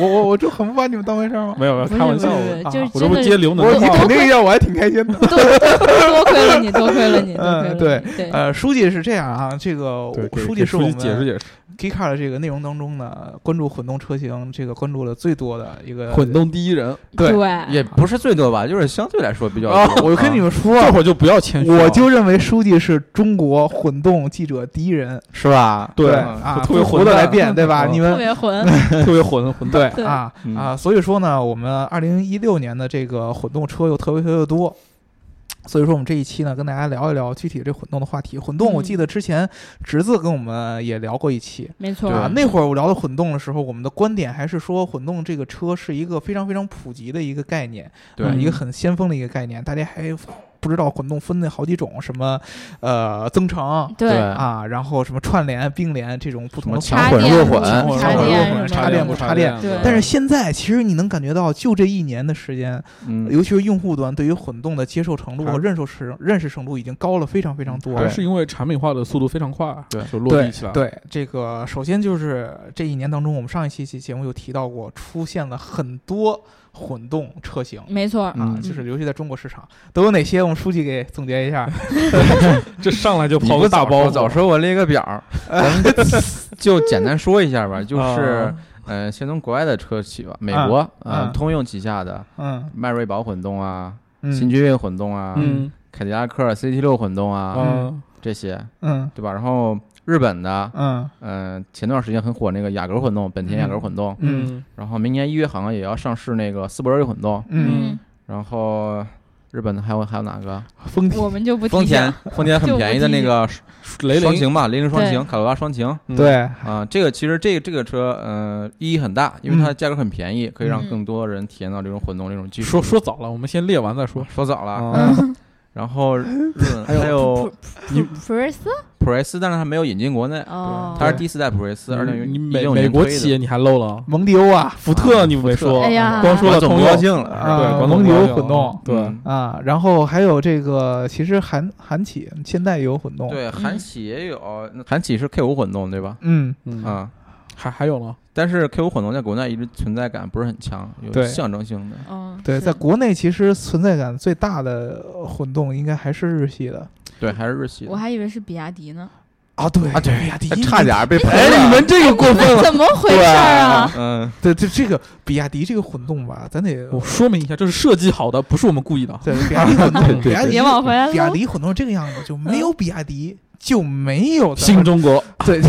Speaker 3: 我我我就很不把你们当回事儿吗？
Speaker 4: 没有没有，
Speaker 2: 不是
Speaker 4: [LAUGHS] 开玩笑
Speaker 2: 不是
Speaker 4: 的，
Speaker 2: 不是
Speaker 3: 啊
Speaker 2: 就是
Speaker 4: 我这
Speaker 2: 真
Speaker 4: 不
Speaker 2: 的
Speaker 4: 接刘能
Speaker 3: 我
Speaker 4: 的
Speaker 3: 你
Speaker 4: 话
Speaker 2: [LAUGHS]
Speaker 3: 肯
Speaker 4: 吗，
Speaker 3: 定要，我还挺开心的。
Speaker 2: 多多亏了你，多亏了你，多亏了
Speaker 3: 嗯
Speaker 2: 你。
Speaker 3: 对
Speaker 2: 对，
Speaker 3: 呃，书记是这样啊，这个
Speaker 4: 对，给
Speaker 3: 书
Speaker 4: 给
Speaker 3: 记是我
Speaker 4: 解释
Speaker 3: 们
Speaker 4: 解释，
Speaker 3: G Car 的这个内容当中呢，关注混动车型这个关注了最多的一个
Speaker 4: 混。动第一人，
Speaker 3: 对
Speaker 5: 也不是最多吧，就是相对来说比较
Speaker 3: 啊，
Speaker 5: 多。
Speaker 3: 我跟你
Speaker 5: 啊
Speaker 3: 们说，
Speaker 4: 这会儿就不
Speaker 5: [LAUGHS]
Speaker 4: 要谦虚了，
Speaker 3: 我就认为书记是中国混动记者第一人。
Speaker 5: 是吧？
Speaker 4: 对
Speaker 3: 啊，
Speaker 4: 特别
Speaker 3: 不胡
Speaker 4: 混
Speaker 3: 的
Speaker 4: 蛋
Speaker 3: 来辩，对吧？
Speaker 4: 嗯
Speaker 3: 你
Speaker 2: 特
Speaker 3: 们
Speaker 2: 别混。
Speaker 4: 特别混混
Speaker 2: [LAUGHS]
Speaker 3: 对
Speaker 4: 蛋，
Speaker 2: 对
Speaker 3: 啊
Speaker 5: 嗯
Speaker 3: 啊，所以说呢，我们二零一六年的这个混动车又特别特别多。所以说，我们这一期呢，跟大家聊一聊具体这混动的话题。混动，我
Speaker 2: 嗯
Speaker 3: 记得之前侄子跟我们也聊过一期，
Speaker 2: 没错，
Speaker 3: 啊，那会儿我聊到混动的时候，我们的观点还是说，混动这个车是一个非常非常普及的一个概念，
Speaker 5: 对
Speaker 3: 啊一个很先锋的一个概念，大家还不知道混动分了好几种，什么呃增程
Speaker 2: 对
Speaker 3: 啊，然然后什么串联、并联这种不
Speaker 5: 什
Speaker 3: 同
Speaker 5: 么
Speaker 3: 的
Speaker 5: 强
Speaker 2: 插
Speaker 5: 混
Speaker 2: 电
Speaker 5: 弱
Speaker 2: 什么
Speaker 5: 混，
Speaker 2: 插
Speaker 3: 插
Speaker 5: 强混
Speaker 3: 电
Speaker 5: 弱
Speaker 3: 什
Speaker 5: 混
Speaker 3: 么插电不插电
Speaker 2: 对
Speaker 3: 但是现在其实你能感觉到，就这一年的时间，
Speaker 5: 嗯
Speaker 3: 尤其是用户端对于混动的接受程度
Speaker 4: 还
Speaker 3: 和认受程认识程度已经高了非常非常多
Speaker 4: 还
Speaker 3: 了。
Speaker 4: 是因为产品化的速度非常快，
Speaker 5: 对
Speaker 4: 就落
Speaker 3: 对
Speaker 4: 地起来，，
Speaker 3: 对，这个首先就是这一年当中，我们上一期期节目有提到过，出现了很多混动车型
Speaker 2: 没错。
Speaker 5: 嗯
Speaker 3: 啊，就是尤其在中国市场都有哪些？我们书记给总结一下。
Speaker 4: 这上来就
Speaker 5: 你
Speaker 4: 跑个
Speaker 5: 不
Speaker 4: 大
Speaker 5: 早说
Speaker 4: 包，
Speaker 5: 早说我列个表
Speaker 4: [LAUGHS]
Speaker 5: 儿，咱们就简单说一下吧。就是
Speaker 4: 啊，
Speaker 5: 呃，先从国外的车企吧，美
Speaker 3: 啊
Speaker 5: 国，呃
Speaker 3: 啊，
Speaker 5: 通用旗下的
Speaker 3: 嗯
Speaker 5: 迈锐宝混动啊，新
Speaker 3: 嗯
Speaker 5: 君越混动啊，
Speaker 4: 嗯
Speaker 5: 凯迪拉克 CT 六混动啊，
Speaker 4: 啊
Speaker 5: 这些
Speaker 3: 嗯
Speaker 5: 对吧？然后日本的，
Speaker 3: 嗯
Speaker 5: 嗯，前段时间很火那个雅阁混动，本田雅阁混动，
Speaker 3: 嗯
Speaker 4: 嗯
Speaker 5: 然后明年一月好像也要上市那个斯铂瑞混动，
Speaker 3: 嗯，
Speaker 2: 嗯，
Speaker 5: 然后日本的还有还有哪个？
Speaker 3: 丰田
Speaker 2: 我们就不提
Speaker 5: 丰田
Speaker 2: 了，
Speaker 5: 丰田
Speaker 2: [LAUGHS]
Speaker 5: 很便宜的那个
Speaker 4: 雷
Speaker 5: 双
Speaker 4: 凌
Speaker 5: 擎吧，雷凌双
Speaker 2: 对
Speaker 5: 擎，卡罗拉双擎。
Speaker 4: 嗯
Speaker 3: 对，
Speaker 5: 啊，这个其实这个这个车，呃，意义很大，因为它
Speaker 3: 嗯
Speaker 5: 价格很便宜，可以让
Speaker 2: 嗯
Speaker 5: 更多人体验到这种混动这种技术。
Speaker 4: 说说早了，我们先列完再说
Speaker 5: 说，说早
Speaker 2: 嗯
Speaker 5: 了，
Speaker 4: 啊
Speaker 3: 嗯
Speaker 5: 然后日本
Speaker 4: 还有
Speaker 5: 还有
Speaker 4: 你
Speaker 2: 普锐嗯斯
Speaker 5: 普锐斯，但是它没有引进国内，
Speaker 2: 哦，
Speaker 5: 它是第四代普锐斯，二零
Speaker 4: 你
Speaker 5: 一
Speaker 4: 嗯美
Speaker 5: 六
Speaker 4: 美
Speaker 5: 年
Speaker 4: 国
Speaker 5: 推的
Speaker 4: 企业你还漏了，
Speaker 3: 蒙迪欧啊
Speaker 4: 福特你没说，
Speaker 2: 哎呀
Speaker 4: 光说
Speaker 5: 我
Speaker 4: 了
Speaker 5: 总
Speaker 4: 通
Speaker 5: 不
Speaker 4: 用
Speaker 5: 高，兴了，是吧
Speaker 3: 啊
Speaker 4: 对，广
Speaker 3: 蒙
Speaker 4: 东
Speaker 3: 迪
Speaker 4: 高
Speaker 3: 欧
Speaker 4: 兴
Speaker 3: 混动
Speaker 4: 对
Speaker 5: 嗯
Speaker 3: 啊，然后还有这个，其实韩韩企现在也有混动，，
Speaker 5: 对，
Speaker 2: 嗯
Speaker 5: 韩企也有，那韩企是 K 五混动对吧？
Speaker 3: 嗯，
Speaker 4: 嗯，
Speaker 5: 啊，
Speaker 4: 还还有呢，
Speaker 5: 但是 K 五混动在国内一直存在感不是很强，有
Speaker 3: 对
Speaker 5: 象征性的。
Speaker 2: 嗯，
Speaker 3: 对，
Speaker 2: 是
Speaker 3: 在国内其实存在感最大的呃混动应该还是日系的
Speaker 5: 对，还是日系的
Speaker 2: 我。还以为是比亚迪呢，
Speaker 3: 啊，对
Speaker 5: 啊对
Speaker 3: 比亚迪
Speaker 5: 差点儿被喷
Speaker 4: 哎，你
Speaker 5: 了。
Speaker 4: 们这个过
Speaker 2: [LAUGHS]
Speaker 4: 分了，
Speaker 2: 怎么回事儿啊？
Speaker 5: 嗯，
Speaker 3: 对这这个比亚迪这个混动吧，咱得
Speaker 4: 我说明一下，这是设计好的，不是我们故意的，
Speaker 3: 对比亚迪混
Speaker 5: [LAUGHS]
Speaker 3: 动，
Speaker 4: 对
Speaker 3: 比亚迪
Speaker 2: 哎别嗯往回来
Speaker 3: 比亚
Speaker 2: 搂
Speaker 3: 迪混动是这个样子，就没有比亚迪就没有咱
Speaker 4: 新
Speaker 3: 们
Speaker 4: 中国
Speaker 3: 对，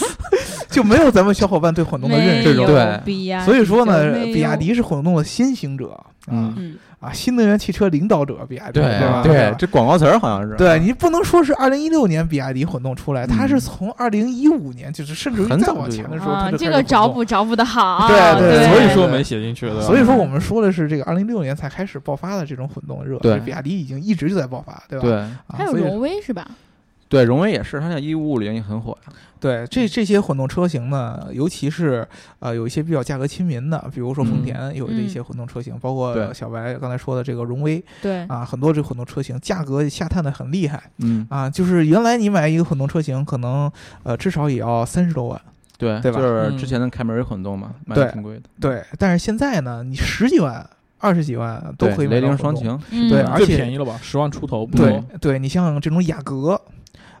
Speaker 3: [LAUGHS] 就没有咱们小伙伴对混动的认
Speaker 2: 没
Speaker 3: 识。
Speaker 2: 有
Speaker 5: 对
Speaker 2: 比亚迪
Speaker 3: 所以说呢
Speaker 2: 就没，有
Speaker 3: 比亚迪是混动的先行者啊
Speaker 5: 嗯
Speaker 2: 嗯，
Speaker 3: 啊，新能源汽车领导者，比亚迪
Speaker 5: 对
Speaker 3: 吧？
Speaker 5: 对
Speaker 3: 对吧
Speaker 5: 这广告词儿好像是
Speaker 3: 对你不能说是二零一六年比亚迪混动出来，它
Speaker 5: 嗯
Speaker 3: 是从二零一五年，就是甚至于
Speaker 5: 很
Speaker 3: 再
Speaker 5: 早
Speaker 3: 往
Speaker 5: 就
Speaker 3: 前
Speaker 5: 有
Speaker 3: 的时候，
Speaker 2: 啊
Speaker 3: 它，就
Speaker 2: 这
Speaker 3: 开始
Speaker 2: 个
Speaker 3: 混
Speaker 2: 找
Speaker 3: 动
Speaker 2: 补找补的好，
Speaker 3: 对对
Speaker 2: 啊对，
Speaker 4: 所以说
Speaker 3: 对
Speaker 4: 没写进去的。
Speaker 5: 啊
Speaker 3: 所以说，我们说的是这个二零一六年才开始爆发的这种混动热，
Speaker 5: 对
Speaker 3: 是比亚迪已经一直就在爆发，对吧？
Speaker 5: 对
Speaker 3: 啊，
Speaker 2: 还有
Speaker 3: 所以
Speaker 2: 荣威是吧？
Speaker 5: 对，荣威也是，它那一五五零也很火呀。
Speaker 3: 对这这些混动车型呢，尤其是呃有一些比较价格亲民的，比如说丰
Speaker 5: 嗯
Speaker 3: 田有的一些混动车型，包
Speaker 5: 对
Speaker 3: 括小白刚才说的这个荣威
Speaker 2: 对，
Speaker 3: 啊，很多这混动车型价格下探的很厉害
Speaker 5: 嗯，
Speaker 3: 啊，就是原来你买一个混动车型，可能呃至少也要三十多万，
Speaker 5: 对，
Speaker 3: 对吧
Speaker 5: 就是
Speaker 3: 嗯
Speaker 5: 之前的凯美瑞混动嘛，卖
Speaker 3: 对
Speaker 5: 的挺贵的，
Speaker 3: 对，但是现在呢，你十几万、二十几万都
Speaker 5: 对
Speaker 3: 可以买
Speaker 5: 雷
Speaker 3: 到混
Speaker 5: 凌双
Speaker 3: 动
Speaker 5: 擎，
Speaker 2: 嗯
Speaker 3: 对
Speaker 4: 嗯
Speaker 3: 而
Speaker 4: 最
Speaker 3: 且
Speaker 4: 便宜了吧，十万出头不
Speaker 3: 对
Speaker 4: 多。
Speaker 3: 对，你像这种雅阁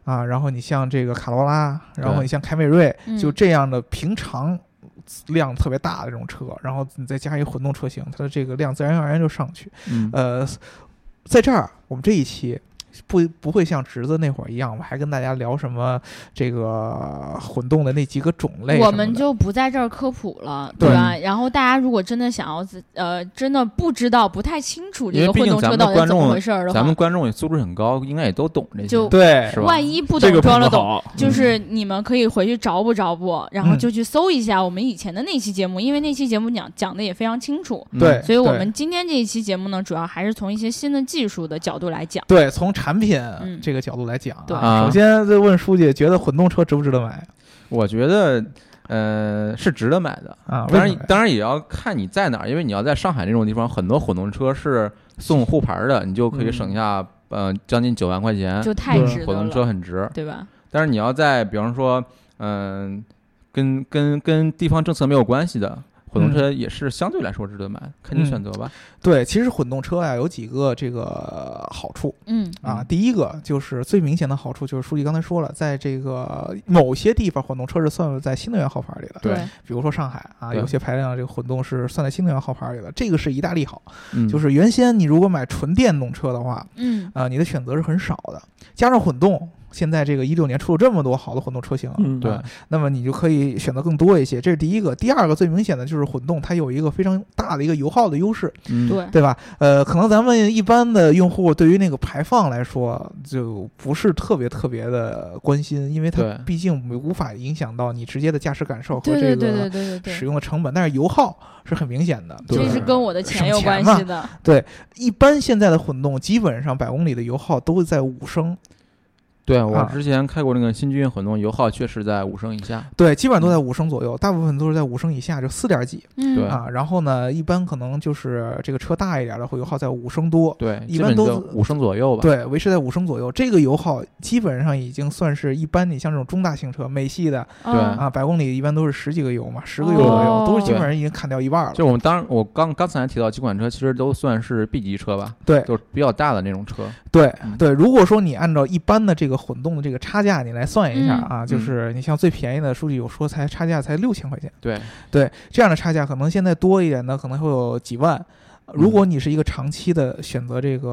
Speaker 3: 啊，然后你像这个卡罗拉，然后你像凯美瑞，就
Speaker 2: 嗯
Speaker 3: 这样的平常量特别大的这种车，然后你再加一混动车型，它的这个量自然而然就上去。
Speaker 5: 嗯，
Speaker 3: 呃，在这儿我们这一期。不不会像侄子那会儿一样，我还跟大家聊什么这个混动的那几个种类什么的，
Speaker 2: 我们就不在这儿科普了，对
Speaker 5: 对
Speaker 2: 吧？然后大家如果真的想要自呃，真的不知道、不太清楚这
Speaker 5: 因
Speaker 2: 个
Speaker 5: 为毕
Speaker 2: 混动
Speaker 5: 竟
Speaker 2: 车
Speaker 5: 咱们
Speaker 2: 到底是
Speaker 5: 观
Speaker 2: 怎么
Speaker 5: 众
Speaker 2: 回事儿的话，
Speaker 5: 咱们观众也素质很高，应该也都懂这
Speaker 2: 就
Speaker 5: 些，
Speaker 3: 对
Speaker 5: 是吧？
Speaker 2: 万一不
Speaker 4: 这
Speaker 2: 懂
Speaker 4: 个
Speaker 2: 装了
Speaker 4: 捧得
Speaker 2: 懂，
Speaker 4: 好，
Speaker 2: 就是你们可以回去找补找补，然后
Speaker 3: 嗯
Speaker 2: 就去搜一下我们以前的那期节目，因为那期节目讲讲的也非常清楚。
Speaker 5: 嗯
Speaker 3: 对，
Speaker 2: 所以，我
Speaker 3: 对
Speaker 2: 们今天这一期节目呢，主要还是从一些新的技术的角度来讲。
Speaker 3: 对从产品
Speaker 2: 嗯
Speaker 3: 这个角度来讲啊、
Speaker 2: 对
Speaker 5: 啊
Speaker 3: 首先再问书记，觉得混动车值不值得买
Speaker 5: 我觉得呃是值得买的。
Speaker 3: 啊？为什么
Speaker 5: 当然
Speaker 3: 呀，
Speaker 5: 当然也要看你在哪儿，因为你要在上海这种地方，很多混动车是送护牌儿的，你就可以省下呃将近九万块钱，
Speaker 2: 嗯就太
Speaker 3: 对
Speaker 2: 值
Speaker 5: 混
Speaker 2: 得
Speaker 5: 动车
Speaker 2: 了，
Speaker 5: 很值。
Speaker 2: 对吧？
Speaker 5: 但是你要在比方说，嗯、跟跟跟地方政策没有关系的混动车，
Speaker 3: 嗯
Speaker 5: 也是相对来说值得买，看你选择吧。
Speaker 3: 对，其实混动车呀有几个这个好处
Speaker 2: 嗯
Speaker 3: 啊
Speaker 5: 嗯。
Speaker 3: 第一个就是最明显的好处，就是书记刚才说了，在这个某些地方，混动车是算在新能源号牌里的，
Speaker 5: 对
Speaker 3: 比如说上海啊，
Speaker 5: 对
Speaker 3: 有些排量这个混动是算在新能源号牌里的，这个是一大利好。
Speaker 5: 嗯，
Speaker 3: 就是原先你如果买纯电动车的话，
Speaker 2: 嗯，
Speaker 3: 啊，你的选择是很少的，加上混动。现在这个一六年出了这么多好的混动车型，
Speaker 4: 嗯
Speaker 5: 对
Speaker 3: 啊，那么你就可以选择更多一些，这是第一个。第二个最明显的就是混动，它有一个非常大的一个油耗的优势，
Speaker 5: 嗯 [LAUGHS]
Speaker 2: 对，
Speaker 3: 对吧？呃，可能咱们一般的用户对于那个排放来说，就不是特别特别的关心，因为它
Speaker 5: 对
Speaker 3: 毕竟无法影响到你直接的驾驶感受和
Speaker 2: 对
Speaker 3: 这
Speaker 2: 对对
Speaker 3: 个
Speaker 2: 对对对对
Speaker 3: 使，用的成本。但是油耗是很明显的，
Speaker 5: 对
Speaker 2: 这
Speaker 3: 就是
Speaker 2: 跟我的钱
Speaker 3: 省
Speaker 2: 有
Speaker 3: 钱
Speaker 2: 关
Speaker 3: 嘛
Speaker 2: 系的。
Speaker 3: 一般现在的混动基本上百公里的油耗都在五升，
Speaker 5: 对我
Speaker 3: 啊
Speaker 5: 之前开过那个新君越混动，油耗确实在五升以下。
Speaker 3: 对，基本上都在五升左右，大部分都是在五升以下，就四点几
Speaker 2: 嗯，
Speaker 5: 嗯对
Speaker 3: 啊。然后呢，一般可能就是这个车大一点的会油耗在五升多，
Speaker 5: 对，
Speaker 3: 一
Speaker 5: 基
Speaker 3: 般
Speaker 5: 本
Speaker 3: 都
Speaker 5: 就是五升左右吧。
Speaker 3: 对，维持在五升左右。这个油耗基本上已经算是一般，你像这种中大型车，美系的
Speaker 2: 嗯
Speaker 5: 对
Speaker 3: 啊，百公里一般都是十几个油嘛，十个油左右，
Speaker 2: 哦
Speaker 3: 都是基本上已经砍掉一半了。
Speaker 5: 就我们当我刚刚才提到几款车，其实都算是 B 级车吧，
Speaker 3: 对
Speaker 5: 就是比较大的那种车。
Speaker 3: 对
Speaker 5: 嗯
Speaker 3: 对，如果说你按照一般的这个混动的这个差价，你来算一下
Speaker 2: 嗯
Speaker 3: 啊，
Speaker 5: 嗯
Speaker 3: 就是你像最便宜的，书记有说才差价才六千块钱，
Speaker 5: 对，
Speaker 3: 对这样的差价，可能现在多一点的可能会有几万。
Speaker 5: 嗯
Speaker 3: 如果你是一个长期的选择这个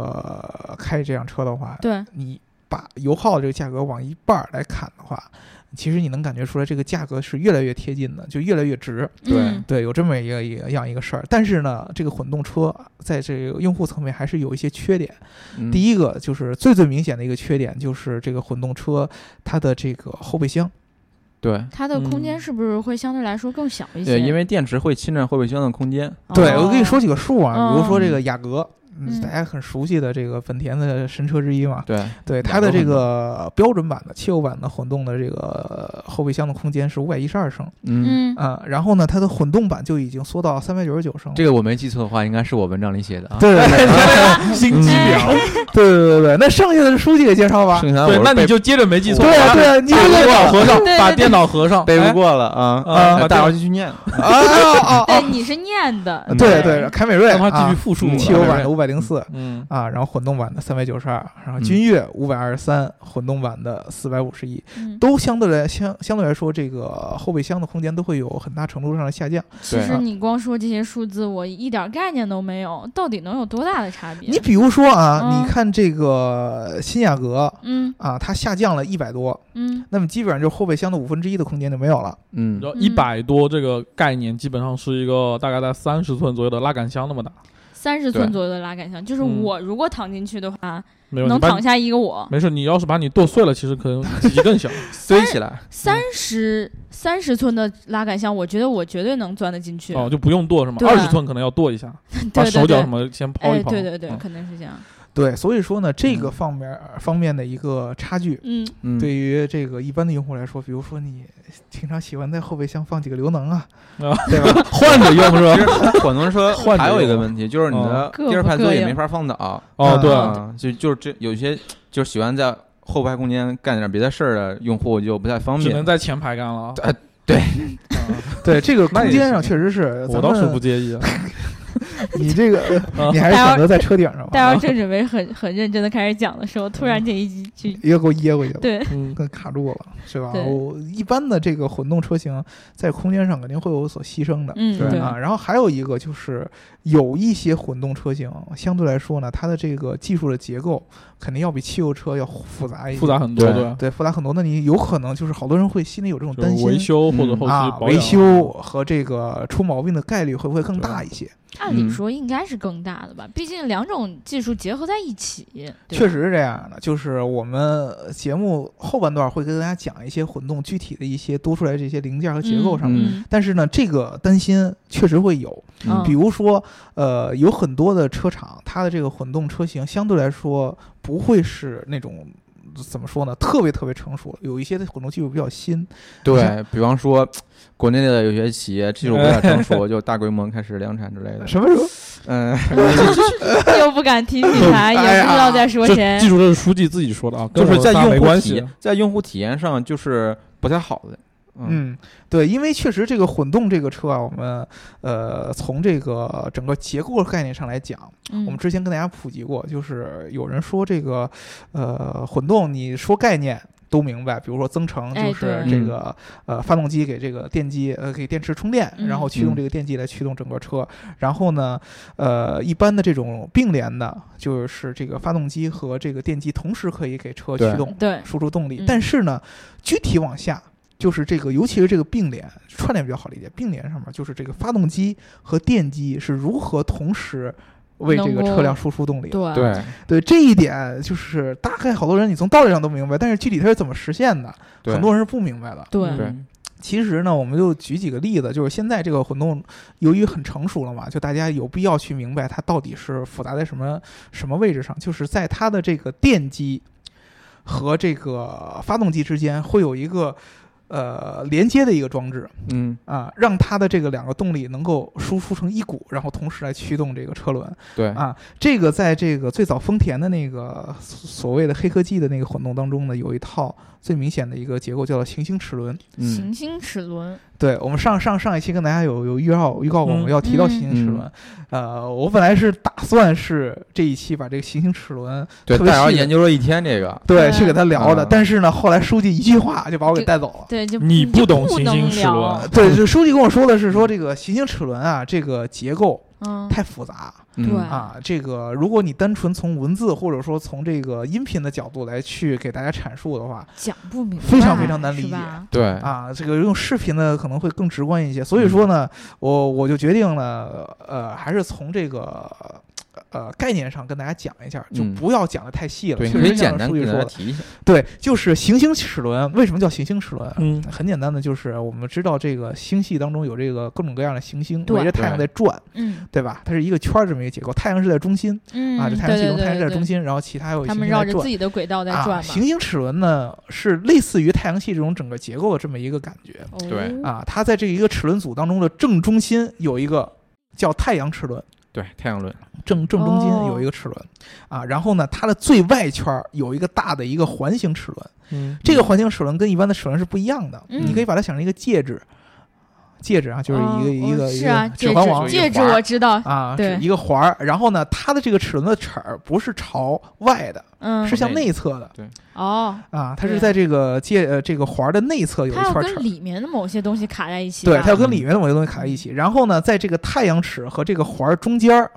Speaker 3: 呃开这辆车的话，
Speaker 2: 对，
Speaker 3: 你把油耗这个价格往一半儿来砍的话，其实你能感觉出来这个价格是越来越贴近的，就越来越值。
Speaker 5: 对
Speaker 2: 嗯
Speaker 3: 对，有这么一个一个样一个事儿。但是呢，这个混动车在这个用户层面还是有一些缺点。第
Speaker 5: 一，
Speaker 3: 一个就是最最明显的一个缺点就是这个混动车它的这个后备箱，
Speaker 5: 对，
Speaker 2: 它的空间
Speaker 4: 嗯
Speaker 2: 是不是会相对来说更小一些？
Speaker 5: 对，因为电池会侵占后备箱的空间。
Speaker 2: 哦
Speaker 3: 对我跟你说，几个数啊，比如说这
Speaker 5: 嗯
Speaker 3: 个雅阁。嗯，
Speaker 2: 嗯
Speaker 3: 大家很熟悉的这个本田的神车之一嘛，
Speaker 5: 对，
Speaker 3: 对它的这个标准版的汽油版的混动的这个后备箱的空间是五百一十二升，
Speaker 2: 嗯，
Speaker 5: 嗯，
Speaker 3: 啊、然后呢，它的混动版就已经缩到三百九十九升了。
Speaker 5: 这个我没记错的话，应该是我文章里写的啊。
Speaker 3: [LAUGHS] 对对对
Speaker 4: 心机
Speaker 2: 哎
Speaker 4: 婊。
Speaker 2: 嗯
Speaker 3: 对对对对，那剩下的书记给介绍吧。
Speaker 5: 剩下我
Speaker 4: 对
Speaker 5: 是，
Speaker 4: 那
Speaker 5: 被
Speaker 4: 你就接着没记错。
Speaker 3: 对啊
Speaker 4: 把
Speaker 3: 对啊，你这
Speaker 4: 把电
Speaker 3: 个
Speaker 4: 脑合上，
Speaker 2: 对
Speaker 4: 把
Speaker 2: 对
Speaker 4: 电脑合上，
Speaker 5: 背
Speaker 4: 哎
Speaker 5: 不过了啊
Speaker 4: 啊
Speaker 5: 大姚继续
Speaker 4: [LAUGHS]
Speaker 5: 念。
Speaker 3: 啊啊啊
Speaker 2: [LAUGHS]
Speaker 3: 啊！
Speaker 2: 对，你是念的，
Speaker 5: 嗯
Speaker 3: 对对，凯美瑞
Speaker 4: 让他继
Speaker 3: 啊
Speaker 4: 续，复述
Speaker 5: 嗯
Speaker 4: 啊吧。
Speaker 3: 汽油版的五百零四
Speaker 4: 嗯，
Speaker 3: 啊，然后混动版的三百九十二，然后君越五百二十三，混动版的四百五十一，
Speaker 2: 嗯，
Speaker 3: 都相对来相相对来说，这个后备箱的空间都会有很大程度上的下降。
Speaker 2: 其
Speaker 5: 对
Speaker 2: 实
Speaker 5: 啊
Speaker 2: 你光说这些数字，我一点概念都没有，到底能有多大的差别？
Speaker 3: 你比如说啊，
Speaker 2: 嗯
Speaker 3: 你看这个新雅阁
Speaker 2: 嗯
Speaker 3: 啊，它下降了一百多，
Speaker 2: 嗯，
Speaker 3: 那么基本上就是后备箱的五分之一的空间就没有了。
Speaker 5: 嗯，
Speaker 4: 然后一百多这个概念基本上是一个大概在三十寸左右的拉杆箱那么大，
Speaker 2: 三十寸
Speaker 5: 对
Speaker 2: 左右的拉杆箱，就是
Speaker 4: 嗯
Speaker 2: 我如果躺进去的话，
Speaker 4: 没有
Speaker 2: 能
Speaker 4: 你把
Speaker 2: 躺下一个我。
Speaker 4: 没事，你要是把你剁碎了，其实可能体积更 [LAUGHS] 小。
Speaker 5: 堆起来，
Speaker 2: 三十三十寸的拉杆箱，我觉得我绝对能钻得进去。
Speaker 4: 哦，就不用剁是吗？
Speaker 2: 对啊
Speaker 4: 二十寸可能要剁一 [LAUGHS] 下，把
Speaker 2: 对
Speaker 4: 手
Speaker 2: 对
Speaker 4: 脚
Speaker 2: 对
Speaker 4: 什，么先抛
Speaker 2: 哎，
Speaker 4: 一抛。
Speaker 2: 对对对，
Speaker 4: 嗯
Speaker 2: 可能是这样。
Speaker 3: 对，所以说呢，这个方面、方面的一个差距，
Speaker 2: 嗯，
Speaker 5: 嗯，
Speaker 3: 对于这个一般的用户来说，比如说你平常喜欢在后备箱放几个刘
Speaker 4: [LAUGHS]
Speaker 3: 能啊，
Speaker 4: 啊
Speaker 3: 对吧？
Speaker 4: [LAUGHS] 换着用是吧？
Speaker 5: [LAUGHS] 其实混动车
Speaker 4: [LAUGHS] 换着
Speaker 5: 还有一个
Speaker 4: 用
Speaker 5: 问题，就是你的
Speaker 2: 各
Speaker 5: 第二
Speaker 2: 不
Speaker 5: 排
Speaker 2: 各
Speaker 5: 座椅
Speaker 2: 样
Speaker 5: 没法放倒。
Speaker 4: 哦，对
Speaker 3: 啊
Speaker 4: 啊，
Speaker 5: 啊，就就是这有些就是喜欢在后排空间干点别的事儿的用户就不太方
Speaker 4: 只能
Speaker 5: 便。
Speaker 4: 在前排干了啊。
Speaker 5: 呃对
Speaker 4: [LAUGHS] 啊，
Speaker 3: 对，这个
Speaker 4: 那
Speaker 3: 空
Speaker 4: 也
Speaker 3: 间
Speaker 4: 行
Speaker 3: 上确实是，
Speaker 4: 我倒是不介意啊。
Speaker 3: [LAUGHS] 你这个
Speaker 4: [LAUGHS] 啊
Speaker 3: 你还是选择在车顶上吧，啊
Speaker 2: 大姚正准备很很认真的开始讲的时候，突然这一集就
Speaker 3: 一个给我噎过去了。
Speaker 2: 对，
Speaker 4: 嗯，
Speaker 3: 跟卡住了，是吧？
Speaker 2: 对
Speaker 3: 我一般的这个混动车型在空间上肯定会有所牺牲的，
Speaker 2: 嗯
Speaker 5: 对
Speaker 2: 对，
Speaker 3: 啊，然后还有一个就是有一些混动车型相对来说呢，它的这个技术的结构肯定要比汽油车要复杂一些，
Speaker 4: 复杂很多，
Speaker 5: 对
Speaker 4: 对吧？啊
Speaker 3: 对复杂很多。那你有可能就是好多人会心里有这种
Speaker 4: 就
Speaker 3: 担
Speaker 4: 是维
Speaker 3: 心。
Speaker 4: 嗯修或者后期
Speaker 3: 啊，
Speaker 4: 保养。
Speaker 3: 维修和这个出毛病的概率会不会更大一些？
Speaker 2: 按理说应该是更大的吧，毕竟两种技术结合在一起。对
Speaker 3: 确
Speaker 2: 吧，
Speaker 3: 实是这样的，就是我们节目后半段会跟大家讲一些混动具体的一些多出来这些零件和结构上面。
Speaker 2: 嗯 [LAUGHS]
Speaker 3: 但是呢，这个担心确实会有，
Speaker 2: 嗯
Speaker 3: 比如说，呃，有很多的车厂，它的这个混动车型相对来说不会是那种怎么说呢，特别特别成熟了。有一些的混动技术比较新，
Speaker 4: [LAUGHS]
Speaker 5: 对比方说，国内的有些企业技术比较成
Speaker 4: 哎
Speaker 5: 熟，就大规模开始量产之类
Speaker 4: [LAUGHS]
Speaker 5: 的。
Speaker 3: 什么时候？
Speaker 5: 嗯，
Speaker 2: 又不敢提起他，也
Speaker 3: 哎呀
Speaker 2: 不知道在说
Speaker 4: 这
Speaker 2: 谁
Speaker 4: 记。住这是书记自己说的啊，跟
Speaker 5: 就
Speaker 4: 我
Speaker 5: 是
Speaker 4: 们
Speaker 5: 在
Speaker 4: 仨
Speaker 5: 用
Speaker 4: 没
Speaker 5: 户
Speaker 4: 关
Speaker 5: 体
Speaker 4: 系
Speaker 5: 验，。在用户体验上就是不太好的。嗯，
Speaker 3: 嗯，对，因为确实这个混动这个车啊，我们呃从这个整个结构概念上来讲，
Speaker 2: 嗯
Speaker 3: 我们之前跟大家普及过，就是有人说这个呃混动，你说概念。都明白，比如说增程
Speaker 2: 哎
Speaker 3: 就是
Speaker 5: 对
Speaker 3: 这个、呃发动机给这个电机呃给电池充电，
Speaker 2: 嗯
Speaker 3: 然后驱动这个电机来驱动整个车。然后呢，呃一般的这种并联的，就是这个发动机和这个电机同时可以给车驱
Speaker 5: 对
Speaker 3: 动
Speaker 2: 对，
Speaker 3: 输出动力。
Speaker 2: 嗯
Speaker 3: 但是呢，具体往下就是这个，尤其是这个并联串联比较好理解，并联上面就是这个发动机和电机是如何同时。为这
Speaker 2: 能
Speaker 3: 个
Speaker 2: 够
Speaker 3: 车辆输出动力，
Speaker 2: 对，
Speaker 5: 对
Speaker 3: 对这一点，就是大概好多人你从道理上都明白，但是具体它是怎么实现的，
Speaker 5: 对，
Speaker 3: 很多人是不明白的。
Speaker 2: 对
Speaker 5: 对
Speaker 3: 其实呢，我们就举几个例子，就是现在这个混动由于很成熟了嘛，就大家有必要去明白它到底是复杂在什么什么位置上，就是在它的这个电机和这个发动机之间会有一个呃连接的一个装置
Speaker 5: 嗯
Speaker 3: 啊，让它的这个两个动力能够输出成一股，然后同时来驱动这个车轮。
Speaker 5: 对
Speaker 3: 啊，这个在这个最早丰田的那个所所谓的黑科技的那个混动当中呢，有一套最明显的一个结构叫做行星齿轮。
Speaker 5: 嗯
Speaker 2: 行星齿轮，
Speaker 3: 对我们上上上一期跟大家有有预告预告过，
Speaker 4: 嗯
Speaker 3: 我们要提到行星齿轮。呃，我本来是打算是这一期把这个行星齿轮呃
Speaker 5: 对，
Speaker 3: 特别
Speaker 5: 大姚
Speaker 3: 细
Speaker 5: 研究了一天这个，
Speaker 3: 对
Speaker 2: 嗯
Speaker 3: 去给他聊的，
Speaker 5: 嗯
Speaker 3: 但是呢，后来书记一句话就把我给
Speaker 2: 这
Speaker 3: 带走了。
Speaker 2: 对，就
Speaker 4: 你
Speaker 2: 不
Speaker 4: 不懂
Speaker 2: 不
Speaker 4: 行
Speaker 2: 能
Speaker 4: 星齿
Speaker 2: 聊
Speaker 4: 轮，
Speaker 3: 嗯对，就书记跟我说的是说这个行星齿轮啊，这个结构
Speaker 2: 嗯，
Speaker 3: 太复杂，
Speaker 5: 嗯
Speaker 2: 对
Speaker 3: 啊，这个如果你单纯从文字或者说从这个音频的角度来去给大家阐述的话，
Speaker 2: 讲不明白，
Speaker 3: 非常非常难理
Speaker 2: 是
Speaker 3: 解
Speaker 2: 吧
Speaker 5: 对
Speaker 3: 啊，这个用视频呢可能会更直观一些。所以说呢，我我就决定了，呃，还是从这个呃概念上跟大家讲一下，就
Speaker 5: 嗯
Speaker 3: 不要讲的太细了。
Speaker 5: 对，你
Speaker 3: 确
Speaker 5: 可
Speaker 3: 实
Speaker 5: 以简
Speaker 3: 像
Speaker 5: 单
Speaker 3: 书记
Speaker 5: 给大
Speaker 3: 说
Speaker 5: 家
Speaker 3: 的，
Speaker 5: 提一下。
Speaker 3: 对，就是行星齿轮。为什么叫行星齿轮？
Speaker 4: 嗯，
Speaker 3: 很简单的，就是我们知道这个星系当中有这个各种各样的行星
Speaker 2: 对
Speaker 3: 围着太阳在转，
Speaker 2: 嗯
Speaker 3: 对吧？它是一个圈儿这么一个结构，太阳是在中心，
Speaker 2: 嗯，
Speaker 3: 啊，这太阳系
Speaker 2: 对
Speaker 3: 中，
Speaker 2: 对
Speaker 3: 太阳
Speaker 2: 对
Speaker 3: 是在
Speaker 2: 对
Speaker 3: 中心，然后其他还有
Speaker 2: 他
Speaker 3: 行
Speaker 2: 们
Speaker 3: 星
Speaker 2: 绕
Speaker 3: 在
Speaker 2: 着
Speaker 3: 转
Speaker 2: 自。己的轨道在
Speaker 3: 啊，
Speaker 2: 转嘛
Speaker 3: 行，星齿轮呢是类似于太阳系这种整个结构的这么一个感觉
Speaker 2: 哦
Speaker 5: 对
Speaker 3: 啊，它在这一个齿轮组当中的正中心有一个叫太阳齿轮，
Speaker 5: 对，太阳轮，
Speaker 3: 正正中心
Speaker 2: 哦
Speaker 3: 有一个齿轮啊，然后呢，它的最外圈儿有一个大的一个环形齿轮，
Speaker 4: 嗯，
Speaker 3: 这个环形齿轮跟一般的齿轮是不一样的，
Speaker 2: 嗯
Speaker 3: 你可以把它想成一个戒指。戒指啊，就是
Speaker 2: 哦
Speaker 3: 一个、一
Speaker 2: 我
Speaker 3: 个
Speaker 2: 是
Speaker 3: 一个
Speaker 2: 啊，
Speaker 3: 指
Speaker 2: 戒
Speaker 3: 环王
Speaker 2: 指
Speaker 5: 一
Speaker 2: 戒
Speaker 5: 个
Speaker 2: 指
Speaker 5: 环儿
Speaker 2: 我知道，
Speaker 3: 啊，
Speaker 2: 对
Speaker 3: 是一个环儿。然后呢，它的这个齿轮的齿儿不是朝外的，
Speaker 2: 嗯
Speaker 3: 是向内侧的
Speaker 2: 哦，
Speaker 3: 啊，它
Speaker 2: 对
Speaker 3: 是在这个戒呃这个环儿的内侧有一
Speaker 2: 它要
Speaker 3: 圈
Speaker 2: 跟
Speaker 3: 齿儿。
Speaker 2: 里面的某些东西卡在一起吧，
Speaker 3: 对，它要跟
Speaker 5: 嗯
Speaker 3: 里面的某些东西卡在一起，然后呢，在这个太阳齿和这个环儿中间儿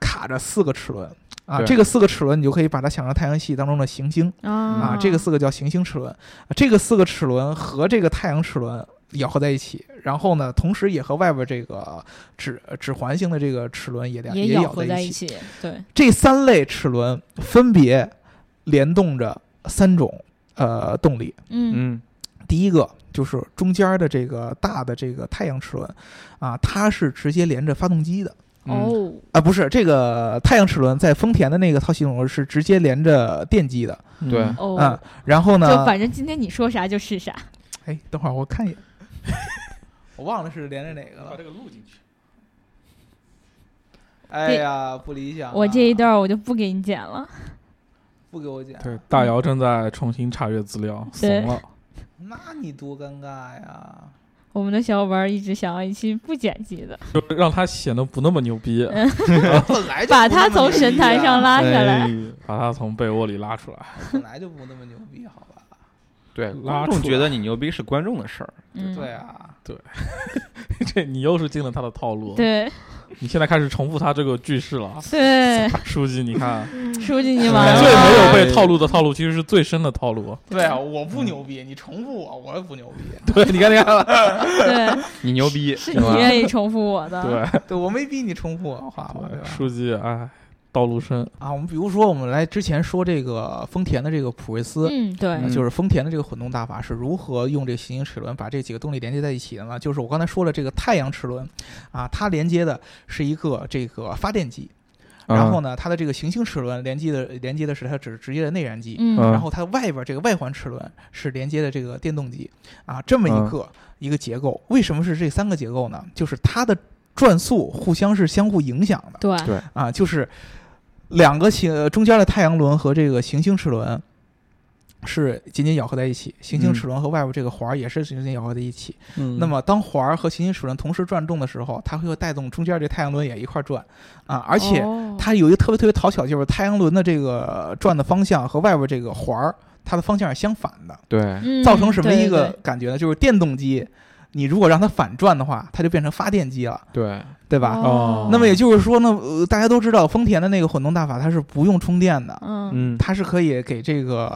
Speaker 3: 卡着四个齿轮啊，
Speaker 5: 对
Speaker 3: 这个四个齿轮你就可以把它想成太阳系当中的行星
Speaker 2: 啊
Speaker 3: 啊，这个四个叫行星齿轮，啊这个四个齿轮和这个太阳齿轮咬合在一起，然后呢，同时也和外边这个指指环形的这个齿轮也连
Speaker 2: 也
Speaker 3: 咬
Speaker 2: 合
Speaker 3: 在
Speaker 2: 一
Speaker 3: 起，
Speaker 2: 起，对，
Speaker 3: 这三类齿轮分别联动着三种呃动力，
Speaker 2: 嗯
Speaker 5: 嗯，
Speaker 3: 第一个就是中间的这个大的这个太阳齿轮，啊，它是直接连着发动机的
Speaker 5: 嗯，
Speaker 2: 哦，
Speaker 3: 啊，不是这个太阳齿轮在丰田的那个套系统是直接连着电机的，
Speaker 5: 对
Speaker 4: 嗯
Speaker 2: 哦，
Speaker 3: 嗯，然后
Speaker 2: 就
Speaker 3: 呢，
Speaker 2: 反正今天你说啥就是啥，
Speaker 3: 哎，等会儿我看一眼， [LAUGHS] 我忘了是连着哪个了。
Speaker 5: 个录进去。
Speaker 3: 哎呀，不理想啊、
Speaker 2: 我这一段我就不给你剪了。
Speaker 3: 不给我讲，
Speaker 4: 对，大姚正在重新查阅资料，
Speaker 2: 对
Speaker 4: 怂了。
Speaker 3: 那你多尴尬呀！
Speaker 2: [LAUGHS] 我们的小伙伴一直想要一期不剪辑
Speaker 3: 哎
Speaker 2: 的，
Speaker 4: 就让他显得不那么牛逼，
Speaker 3: 本来就
Speaker 2: 把
Speaker 3: 不
Speaker 2: 他
Speaker 3: 那么
Speaker 2: 从
Speaker 3: 牛
Speaker 2: 神
Speaker 3: 逼
Speaker 2: 坛
Speaker 3: 啊
Speaker 2: 上，拉下
Speaker 5: 哎
Speaker 2: 来。
Speaker 4: 把他从被窝里拉出来。 [LAUGHS]
Speaker 3: 本来就不那么牛逼，好吧？
Speaker 5: 对，观
Speaker 4: 拉出来
Speaker 5: 众觉得你牛逼是观众的事儿，
Speaker 2: 嗯，
Speaker 3: 对啊，
Speaker 4: 这你又是进了他的套路。，
Speaker 2: 对
Speaker 4: 你现在开始重复他这个句式了啊，
Speaker 2: 对，
Speaker 4: 书记，你看
Speaker 2: 书记你
Speaker 3: [LAUGHS]
Speaker 5: 哎
Speaker 2: 完
Speaker 4: 最没有
Speaker 2: 了，
Speaker 4: 被套路的套路，其实是最深的套路。
Speaker 3: 对啊，我不牛逼，你重复我，我也不牛逼。
Speaker 4: [LAUGHS] 对，你看，你看，
Speaker 2: 对，
Speaker 5: 你牛逼
Speaker 2: 是
Speaker 5: 是
Speaker 2: 你
Speaker 5: 吧？嗯
Speaker 2: 愿意重复我的，
Speaker 4: 对，
Speaker 3: 对我没逼你重复我的话嘛，对吧？
Speaker 4: 书记，哎，道路深，
Speaker 3: 啊，我们比如说，我们来之前说这个丰田的这个普锐斯。
Speaker 2: 嗯，对
Speaker 3: 呃，就是丰田的这个混动大法是如何用这个行星齿轮把这几个动力连接在一起的呢？就是我刚才说了，这个太阳齿轮，啊，它连接的是一个这个发电机，然后呢，它的这个行星齿轮连接的连接的是它直直接的内燃机，
Speaker 2: 嗯
Speaker 5: 嗯
Speaker 3: 然后它外边这个外环齿轮是连接的这个电动机啊，这么一
Speaker 5: 嗯
Speaker 3: 个、一个结构。为什么是这三个结构呢？就是它的转速互相是相互影响的
Speaker 2: 对，
Speaker 5: 对
Speaker 3: 啊，就是两个行呃中间的太阳轮和这个行星齿轮。是紧紧咬合在一起，行星齿轮和外边这个环儿也是紧紧咬合在一起。
Speaker 4: 嗯
Speaker 3: 那么，当环儿和行星齿轮同时转动的时候，它会带动中间这太阳轮也一块儿转啊。而且，
Speaker 2: 哦
Speaker 3: 它有一个特别特别讨巧，就是太阳轮的这个转的方向和外边这个环儿，它的方向是相反的，
Speaker 5: 对，
Speaker 2: 嗯
Speaker 3: 造成什么一个
Speaker 2: 对
Speaker 3: 感觉呢？就是电动机，你如果让它反转的话，它就变成发电机了，
Speaker 5: 对，
Speaker 3: 对
Speaker 2: 对
Speaker 3: 吧？
Speaker 2: 哦
Speaker 3: 那么也就是说呢，呃，大家都知道丰田的那个混动大法，它是不用充电的，
Speaker 2: 嗯
Speaker 5: 嗯，
Speaker 3: 它是可以给这个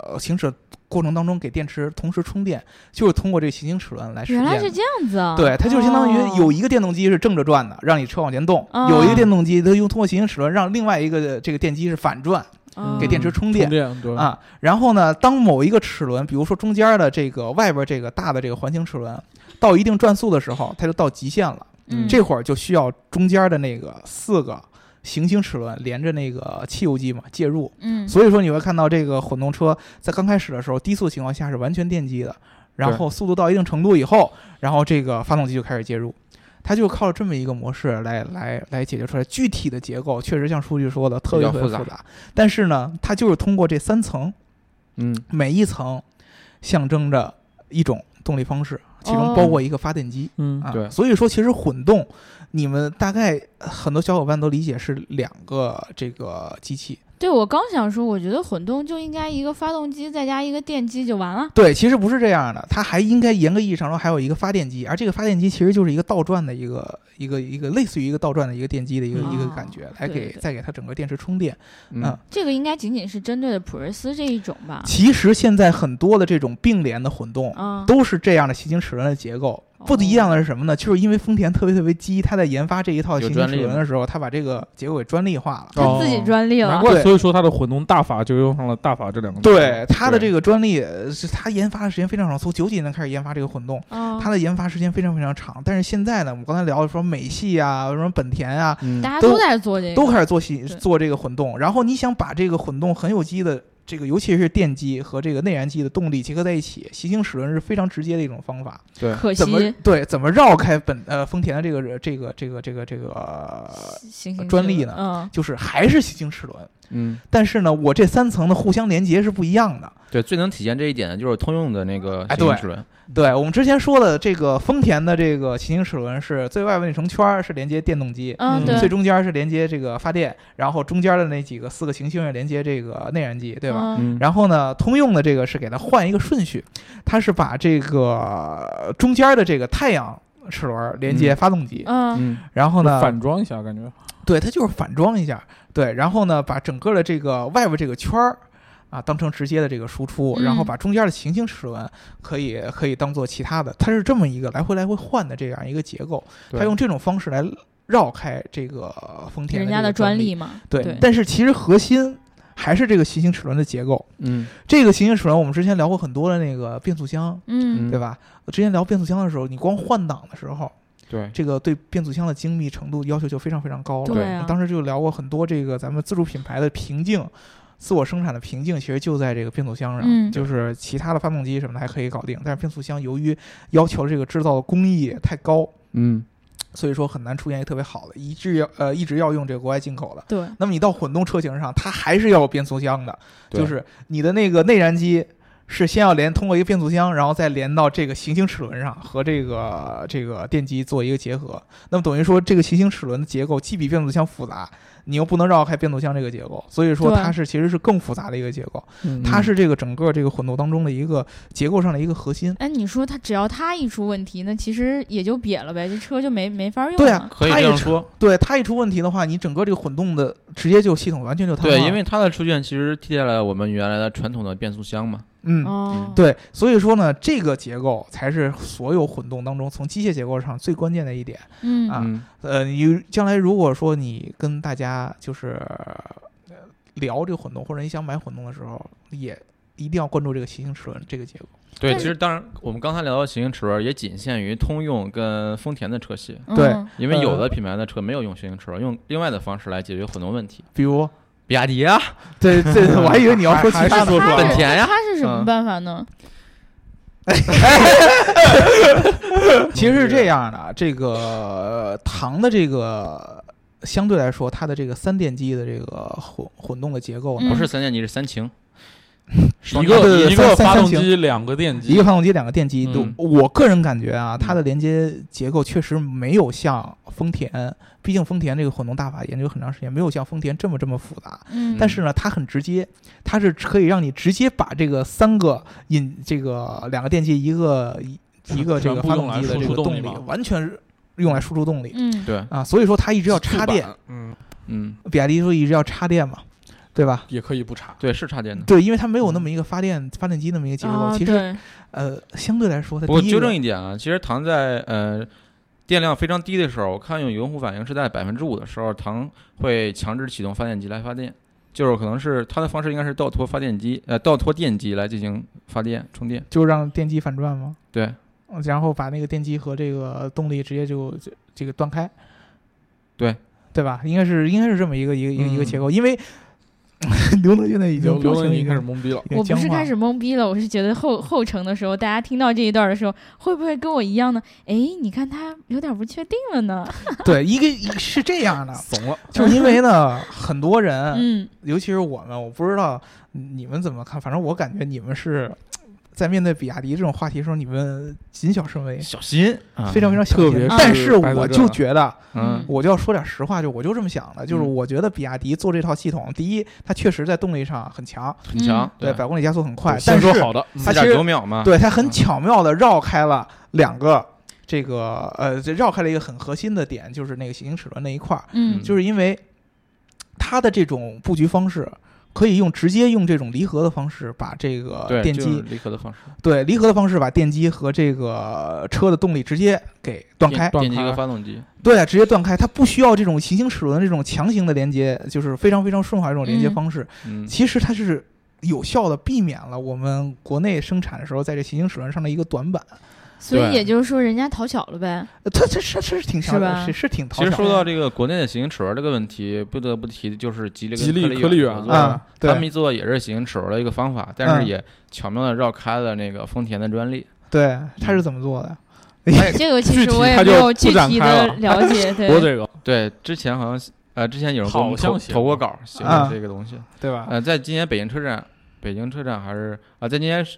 Speaker 3: 呃行驶过程当中给电池同时充电，就是通过这个行星齿轮来实
Speaker 2: 原
Speaker 3: 现
Speaker 2: 来
Speaker 3: 的
Speaker 2: 是。这样子啊，
Speaker 3: 对，它就相当
Speaker 2: 哦
Speaker 3: 于有一个电动机是正着转的，让你车往前动；
Speaker 2: 哦
Speaker 3: 有一个电动机，它用通过行星齿轮让另外一个这个电机是反转，
Speaker 2: 哦
Speaker 3: 给电池充电。
Speaker 4: 电，对，
Speaker 3: 啊，然后呢，当某一个齿轮，比如说中间的这个外边这个大的这个环形齿轮，到一定转速的时候，它就到极限了。
Speaker 2: 嗯
Speaker 3: 这会儿就需要中间的那个四个行星齿轮连着那个汽油机嘛介入，
Speaker 2: 嗯
Speaker 3: 所以说你会看到这个混动车在刚开始的时候，低速情况下是完全电机的，然后速度到一定程度以后，然后这个发动机就开始介入。它就靠这么一个模式来来来解决出来，具体的结构确实像数据说的特别
Speaker 5: 比较
Speaker 3: 特别
Speaker 5: 复杂
Speaker 3: 复杂，但是呢，它就是通过这三层，
Speaker 5: 嗯
Speaker 3: 每一层象征着一种动力方式，其
Speaker 2: 哦
Speaker 3: 中包括一个发电机。
Speaker 4: 嗯
Speaker 3: 啊，
Speaker 5: 对
Speaker 3: 所以说其实混动，你们大概很多小伙伴都理解是两个这个机器，
Speaker 2: 对我刚想说，我觉得混动就应该一个发动机再加一个电机就完了。
Speaker 3: 对，其实不是这样的，它还应该严格意义上说还有一个发电机，而这个发电机其实就是一个倒转的一个一个一个类似于一个倒转的一个电机的一个、
Speaker 2: 嗯
Speaker 3: 一个感觉，来
Speaker 2: 对
Speaker 3: 给
Speaker 2: 对对
Speaker 3: 再给它整个电池充电。
Speaker 5: 嗯
Speaker 3: 啊，
Speaker 2: 这个应该仅仅是针对的普锐斯这一种吧？
Speaker 3: 其实现在很多的这种并联的混动。
Speaker 2: 啊，
Speaker 3: 都是这样的行星齿轮的结构，
Speaker 2: 哦
Speaker 3: 不一样的是什么呢？就是因为丰田特别特别鸡，它在研发这一套
Speaker 5: 有
Speaker 3: 行星
Speaker 5: 专
Speaker 3: 齿
Speaker 5: 利
Speaker 3: 轮
Speaker 5: 吗嗯
Speaker 3: 的时候，它把这个结构给专利化了。
Speaker 2: 他自己专利
Speaker 4: 难
Speaker 2: 了。
Speaker 4: 怪，
Speaker 3: 对
Speaker 4: 所以说他的混动大法就用上了“大法”这两个字。
Speaker 3: 对它的
Speaker 5: 对
Speaker 3: 这个专利，呃是它研发的时间非常长，从九几年开始研发这个混动，
Speaker 2: 嗯，
Speaker 3: 它的研发时间非常非常长。但是现在呢，我们刚才聊了说美系啊，什么本田啊，
Speaker 5: 嗯
Speaker 2: 大家
Speaker 3: 都
Speaker 2: 都在做这个，
Speaker 3: 都开始做新
Speaker 2: 对
Speaker 3: 做这个混动。然后你想把这个混动很有机的这个，尤其是电机和这个内燃机的动力结合在一起，行星齿轮是非常直接的一种方法。
Speaker 5: 对，
Speaker 2: 可惜
Speaker 3: 怎么对怎么绕开本呃丰田的这个这个这个这个这个、呃
Speaker 2: 行行
Speaker 3: 专利
Speaker 2: 呢
Speaker 3: 呢，
Speaker 2: 嗯，
Speaker 3: 就是还是行星齿轮，
Speaker 5: 嗯，
Speaker 3: 但是呢，我这三层的互相连接是不一样的。
Speaker 5: 对，最能体现这一点的就是通用的那个
Speaker 3: 哎
Speaker 5: 行星
Speaker 3: 对
Speaker 5: 齿轮，
Speaker 3: 对我们之前说的这个丰田的这个行星齿轮是最外围那层圈儿是连接电动机，
Speaker 2: 嗯，
Speaker 4: 嗯
Speaker 2: 对，
Speaker 3: 最中间是连接这个发电，然后中间的那几个四个行星是连接这个内燃机，对吧？
Speaker 2: 嗯
Speaker 5: 嗯，
Speaker 3: 然后呢，通用的这个是给它换一个顺序，它是把这个中间的这个太阳齿轮连接发动机，
Speaker 2: 嗯
Speaker 5: 嗯
Speaker 3: 然后呢，
Speaker 4: 反装一下，感觉
Speaker 3: 对它就是反装一下，对，然后呢，把整个的这个外边这个圈儿。啊，当成直接的这个输出，
Speaker 2: 嗯
Speaker 3: 然后把中间的行星齿轮可以可以当做其他的，它是这么一个来回来回换的这样一个结构，
Speaker 4: 对
Speaker 3: 它用这种方式来绕开这个丰田
Speaker 2: 人
Speaker 3: 这
Speaker 2: 家
Speaker 3: 个
Speaker 2: 的专
Speaker 3: 利
Speaker 2: 利嘛，
Speaker 3: 对，
Speaker 2: 对，
Speaker 3: 但是其实核心还是这个行星齿轮的结构。
Speaker 5: 嗯
Speaker 3: 这个行星齿轮，我们之前聊过很多的那个变速箱，
Speaker 2: 嗯
Speaker 5: 嗯
Speaker 3: 对吧？我之前聊变速箱的时候，你光换挡的时候，
Speaker 2: 嗯
Speaker 5: 对，
Speaker 3: 这个对变速箱的精密程度要求就非常非常高了。
Speaker 2: 对啊
Speaker 3: 我当时就聊过很多这个咱们自主品牌的瓶颈。自我生产的瓶颈其实就在这个变速箱上，
Speaker 2: 嗯
Speaker 3: 就是其他的发动机什么的还可以搞定，但是变速箱由于要求这个制造的工艺太高，
Speaker 5: 嗯
Speaker 3: 所以说很难出现一个特别好的，一致要呃一直要用这个国外进口的。
Speaker 2: 对，
Speaker 3: 那么你到混动车型上，它还是要有变速箱的，
Speaker 5: 对
Speaker 3: 就是你的那个内燃机是先要连通过一个变速箱，然后再连到这个行星齿轮上和这个这个电机做一个结合。那么等于说，这个行星齿轮的结构既比变速箱复杂，你又不能绕开变速箱这个结构，所以说
Speaker 2: 对
Speaker 3: 它是其实是更复杂的一个结构，
Speaker 4: 嗯
Speaker 3: 它是这个整个这个混动当中的一个结构上的一个核心。
Speaker 2: 哎，你说它只要它一出问题，那其实也就瘪了呗，这车就没没法用
Speaker 3: 对啊
Speaker 2: 了。，
Speaker 5: 可以
Speaker 3: 它
Speaker 5: 这
Speaker 3: 一
Speaker 5: 样
Speaker 3: 出
Speaker 5: 说，
Speaker 3: 对它一出问题的话，你整个这个混动的直接就系统完全就瘫痪了。
Speaker 5: 对，因为它的出现其实替代了我们原来的传统的变速箱嘛，
Speaker 3: 嗯，
Speaker 2: 哦，
Speaker 3: 对，所以说呢，这个结构才是所有混动当中从机械结构上最关键的一点。
Speaker 2: 嗯
Speaker 3: 啊
Speaker 5: 嗯
Speaker 3: 呃，你将来如果说你跟大家就是呃聊这个混动，或者你想买混动的时候，也一定要关注这个行星齿轮这个结构。
Speaker 5: 对，
Speaker 2: 但
Speaker 5: 其实当然我们刚才聊到行星齿轮也仅限于通用跟丰田的车系，
Speaker 2: 嗯
Speaker 3: 对
Speaker 5: 因为有
Speaker 3: 呃
Speaker 5: 的品牌的车没有用行星齿轮，用另外的方式来解决混动问题，
Speaker 3: 比如，
Speaker 5: [LAUGHS] 比亚迪啊，
Speaker 3: 对对， [LAUGHS] 我还以为你要说其
Speaker 4: 还
Speaker 3: 他
Speaker 4: 是说
Speaker 3: 的。
Speaker 4: 出来
Speaker 5: 本
Speaker 4: 了，
Speaker 5: 田呀
Speaker 2: 它，哎是什么
Speaker 5: 嗯
Speaker 2: 办法呢？
Speaker 3: 其实是这样的，啊这个呃唐的这个相对来说，它的这个三电机的这个混混动的结构呢，
Speaker 5: 不
Speaker 2: 嗯
Speaker 5: 是三电机是三擎，
Speaker 4: 嗯一
Speaker 5: 双擎
Speaker 4: 个
Speaker 3: 对
Speaker 4: 一个
Speaker 3: 三
Speaker 4: 发
Speaker 3: 三
Speaker 4: 动
Speaker 3: 擎
Speaker 4: 机，两个电
Speaker 3: 一
Speaker 4: 机
Speaker 3: 个，发动机，两个电机。都，
Speaker 5: 嗯
Speaker 3: 我个人感觉啊，它的连接结构确实没有像丰田，毕竟丰田这个混动大法研究很长时间，没有像丰田这么这么复杂。
Speaker 2: 嗯，
Speaker 3: 但是呢，它很直接，它是可以让你直接把这个三个引这个两个电机一个一一个这
Speaker 4: 全
Speaker 3: 个
Speaker 4: 部
Speaker 3: 发
Speaker 4: 用
Speaker 3: 动
Speaker 4: 来
Speaker 3: 机的
Speaker 4: 输
Speaker 3: 这
Speaker 4: 出
Speaker 3: 个
Speaker 4: 动
Speaker 3: 动
Speaker 4: 力
Speaker 3: 力
Speaker 4: 嘛
Speaker 3: 完全是用来输出动力
Speaker 2: 嗯，
Speaker 5: 对，
Speaker 3: 啊，所以说它一直要插电，，
Speaker 4: 嗯，
Speaker 5: 嗯，
Speaker 3: 比亚迪说一直要插电嘛，对吧？
Speaker 4: 也可以不插，
Speaker 5: 对，是插电的。
Speaker 3: 对，因为它没有那么一个发电发电机那么一个结构，
Speaker 2: 啊
Speaker 3: 其实
Speaker 2: 对，
Speaker 3: 呃相对来说，它
Speaker 5: 不过
Speaker 3: 第一
Speaker 5: 纠
Speaker 3: 个
Speaker 5: 正一点啊，其实唐在呃电量非常低的时候，我看有用户反映是在百分之五的时候，唐会强制启动发电机来发电，就是可能是它的方式应该是倒拖发电机，呃，倒拖电机来进行发电充电。
Speaker 3: 就让电机反转吗？嗯
Speaker 5: 对，
Speaker 3: 然后把那个电机和这个动力直接就这这个断开，
Speaker 5: 对
Speaker 3: 对吧？应该是应该是这么一个一个一个、一个
Speaker 4: 嗯
Speaker 3: 结构，因为 [LAUGHS] 刘能现在已
Speaker 4: 刘
Speaker 3: 经
Speaker 4: 刘
Speaker 3: 表情
Speaker 4: 能已
Speaker 3: 已
Speaker 4: 经开始
Speaker 3: 经
Speaker 4: 懵逼了。
Speaker 3: 已
Speaker 2: 我
Speaker 3: 经
Speaker 2: 不
Speaker 3: 僵
Speaker 2: 是
Speaker 3: 化
Speaker 2: 开
Speaker 3: 了
Speaker 2: 始懵逼了，我是觉得后后程的时候，大家听到这一段的时候，会不会跟我一样呢？哎，你看他有点不确定了呢。
Speaker 3: 对一个一是这
Speaker 2: [LAUGHS]
Speaker 3: 样的，
Speaker 4: 怂了，
Speaker 3: 就是因为呢，很多人、
Speaker 2: 嗯，
Speaker 3: 尤其是我们，我不知道你们怎么看，反正我感觉你们是在面对比亚迪这种话题的时候，你们谨小慎微，
Speaker 5: 小心啊，
Speaker 3: 非常非常小
Speaker 4: 特
Speaker 3: 心
Speaker 4: 别。
Speaker 3: 但
Speaker 4: 是
Speaker 3: 是
Speaker 4: 白
Speaker 3: 我
Speaker 4: 德
Speaker 3: 就
Speaker 4: 正
Speaker 3: 觉得。
Speaker 5: 嗯
Speaker 3: 我就要说点实话，就我就这么想的，就是
Speaker 5: 嗯
Speaker 3: 我觉得比亚迪做这套系统，第一，它确实在动力上很强，
Speaker 5: 很强，
Speaker 3: 嗯对，百公里加速很快，但是
Speaker 4: 先说好的，
Speaker 5: 四点九秒嘛，
Speaker 3: 对它很巧妙的绕开了两个这个呃，这绕开了一个很核心的点，就是那个行星齿轮那一块儿，
Speaker 2: 嗯
Speaker 3: 就是因为它的这种布局方式。可以用直接用这种离合的方式把这个
Speaker 5: 对，
Speaker 3: 电
Speaker 5: 就是
Speaker 3: 机
Speaker 5: 离合的方式，
Speaker 3: 对离合的方式把电机和这个车的动力直接给断开
Speaker 5: 电，电机
Speaker 4: 断开
Speaker 5: 和发动机，
Speaker 3: 对，啊直接断开，它不需要这种行星齿轮这种强行的连接，就是非常非常顺滑的这种连接方式。
Speaker 5: 嗯，
Speaker 3: 其实它是有效的避免了我们国内生产的时候在这行星齿轮上的一个短板。
Speaker 2: 所以
Speaker 5: 对
Speaker 2: 也就是说，人家讨巧了呗。
Speaker 3: 呃它这是是挺强
Speaker 2: 是
Speaker 3: 的，
Speaker 2: 吧
Speaker 3: 是是挺讨
Speaker 5: 其实
Speaker 3: 巧
Speaker 5: 说
Speaker 3: 的。
Speaker 5: 到这个国内的行星齿轮这个问题，不得不提的就是吉利
Speaker 4: 吉利
Speaker 5: 跟
Speaker 4: 科
Speaker 5: 力
Speaker 4: 力远
Speaker 5: 合作
Speaker 4: 啊
Speaker 3: 嗯，
Speaker 5: 他们
Speaker 3: 对
Speaker 5: 做的也是行齿轮的一个方法，但
Speaker 3: 嗯
Speaker 5: 是也巧妙的绕开了那个丰田的专利。
Speaker 3: 对，它是怎么做的？
Speaker 5: 哎
Speaker 2: 这个其
Speaker 4: 具
Speaker 2: 实
Speaker 4: 体
Speaker 2: 我也
Speaker 4: 它
Speaker 2: 没
Speaker 4: 就
Speaker 2: 有
Speaker 4: 不
Speaker 2: 具
Speaker 4: 展
Speaker 2: 体
Speaker 4: 开
Speaker 2: 的
Speaker 4: 了
Speaker 3: [LAUGHS]
Speaker 2: 了解，对
Speaker 4: 不过，这个
Speaker 5: 对，之前好像呃，之前有人给我们
Speaker 4: 好像
Speaker 5: 投
Speaker 4: 写
Speaker 5: 投过
Speaker 4: 过
Speaker 5: 稿，写
Speaker 3: 啊
Speaker 5: 过这个东西。
Speaker 3: 对吧？
Speaker 5: 呃，在今年北京车展，北京车展还是啊，在今年是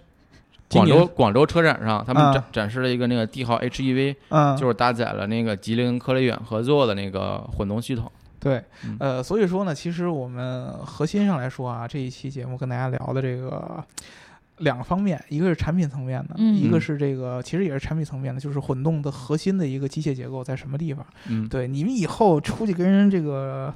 Speaker 4: 今
Speaker 5: 广
Speaker 4: 年
Speaker 5: 州广州车展上，他们
Speaker 3: 啊
Speaker 5: 展展示了一个那个帝豪 HEV，
Speaker 3: 嗯，
Speaker 5: 呃就是搭载了那个吉林科雷远合作的那个混动系统。
Speaker 3: 对
Speaker 5: 嗯，
Speaker 3: 呃，所以说呢，其实我们核心上来说啊，这一期节目跟大家聊的这个两个方面，一个是产品层面的，
Speaker 2: 嗯
Speaker 3: 一个
Speaker 5: 嗯
Speaker 3: 是这个其实也是产品层面的，就是混动的核心的一个机械结构在什么地方。
Speaker 5: 嗯，
Speaker 3: 对，你们以后出去跟人这个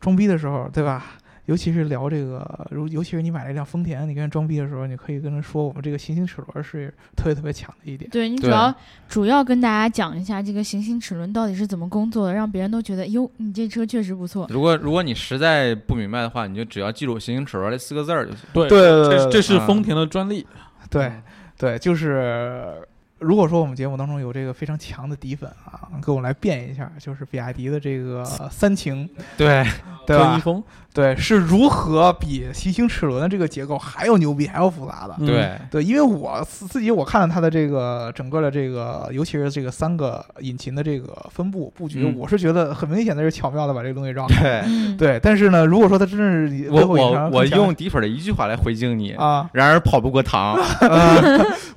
Speaker 3: 装逼的时候，对吧？尤其是聊这个，如尤其是你买了一辆丰田，你跟人装逼的时候，你可以跟人说，我们这个行星齿轮是特别特别强的一点。
Speaker 2: 对你主
Speaker 5: 对
Speaker 2: 要主要跟大家讲一下这个行星齿轮到底是怎么工作的，让别人都觉得哟，你这车确实不错。
Speaker 5: 如果如果你实在不明白的话，你就只要记住“行星齿轮”这四个字儿就行。
Speaker 4: 对，
Speaker 3: 对
Speaker 4: 这这是
Speaker 5: 啊
Speaker 4: 丰田的专利。
Speaker 3: 对对，就是如果说我们节目当中有这个非常强的底粉啊，跟我来辩一下，就是比亚迪的这个三擎，
Speaker 5: 对，
Speaker 3: 对
Speaker 4: 专一
Speaker 3: 吧？
Speaker 4: 风，
Speaker 3: 对，是如何比行星齿轮的这个结构还要牛逼，还要复杂的？
Speaker 4: 嗯
Speaker 5: 对，
Speaker 3: 对，因为我自自己我看了它的这个整个的这个，尤其是这个三个引擎的这个分布布局，
Speaker 5: 嗯
Speaker 3: 我是觉得很明显的是巧妙的把这个东西绕开。
Speaker 5: [LAUGHS] 对
Speaker 4: [LAUGHS]
Speaker 2: 嗯，
Speaker 3: [LAUGHS] 对，但是呢，如果说它真是以最
Speaker 5: 我
Speaker 3: 后一
Speaker 5: 我
Speaker 3: 场
Speaker 5: 我
Speaker 3: 更强的
Speaker 5: 用底粉的一句话来回敬你，
Speaker 3: 啊，呃
Speaker 5: 然而跑不过
Speaker 4: [LAUGHS]
Speaker 5: 糖。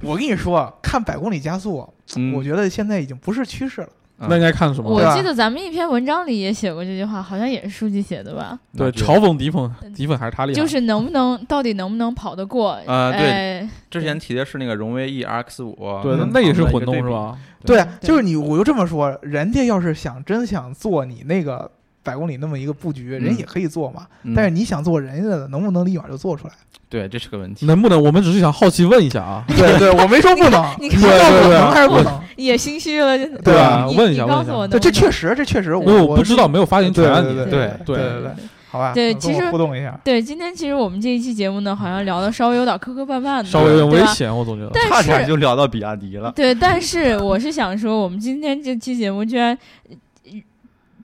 Speaker 3: 我跟你说啊，看百公里加速，
Speaker 5: 嗯
Speaker 3: 我觉得现在已经不是趋势了。
Speaker 5: 嗯
Speaker 4: 那应该看什么
Speaker 3: 对？
Speaker 2: 我
Speaker 3: 吧
Speaker 2: 记得咱们一篇文章里也写过这句话，好像也是书记写的吧？
Speaker 4: 对，
Speaker 5: 那就
Speaker 4: 嘲讽、敌粉，敌粉还是他厉害。
Speaker 2: 就是能不能，到底能不能跑得过？
Speaker 5: 啊对
Speaker 2: 哎
Speaker 5: 之前提的是那个荣威 E X 五，
Speaker 4: 对，那
Speaker 5: 嗯
Speaker 4: 那也是混
Speaker 5: 对
Speaker 4: 动
Speaker 5: 比
Speaker 4: 是吧？
Speaker 3: 对啊，
Speaker 2: 对
Speaker 3: 就是你，我就这么说，人家要是想真想做你那个百公里那么一个布局，人
Speaker 5: 嗯
Speaker 3: 也可以做嘛。
Speaker 5: 嗯
Speaker 3: 但是你想做人家的，能不能立马就做出来？
Speaker 5: 对，这是个问题。
Speaker 4: 能不能？我们只是想好奇问一下
Speaker 2: 哎
Speaker 4: 啊。
Speaker 3: 对对，我没说不能，
Speaker 2: 你
Speaker 3: 说
Speaker 2: 看
Speaker 3: 不能还是不能？
Speaker 2: 也心虚了，对
Speaker 3: 对吧
Speaker 2: 你
Speaker 4: 啊问一下
Speaker 2: 你告诉我能
Speaker 3: 对，
Speaker 4: 问一下
Speaker 2: 不
Speaker 3: 这
Speaker 2: 能
Speaker 3: 确实，这确实，
Speaker 4: 因为
Speaker 3: 我
Speaker 4: 我不知道，没有发
Speaker 3: 对
Speaker 4: 言
Speaker 3: 对
Speaker 4: 权啊。
Speaker 3: 对
Speaker 4: 你
Speaker 3: 对
Speaker 5: 对
Speaker 3: 对对，好吧，
Speaker 2: 对
Speaker 3: 跟
Speaker 2: 其
Speaker 3: 我
Speaker 2: 实
Speaker 3: 互动一下，
Speaker 2: 对，今天其实我们这一期节目呢，好像聊的稍微有点磕磕绊绊的，
Speaker 4: 稍微有点
Speaker 2: 对
Speaker 4: 危
Speaker 2: 吧。
Speaker 4: 险，我总觉得。
Speaker 2: 但
Speaker 5: 差
Speaker 2: 是
Speaker 5: 点就聊到比亚迪了。
Speaker 2: 对，但是我是想说，我们今天这期节目居然。呃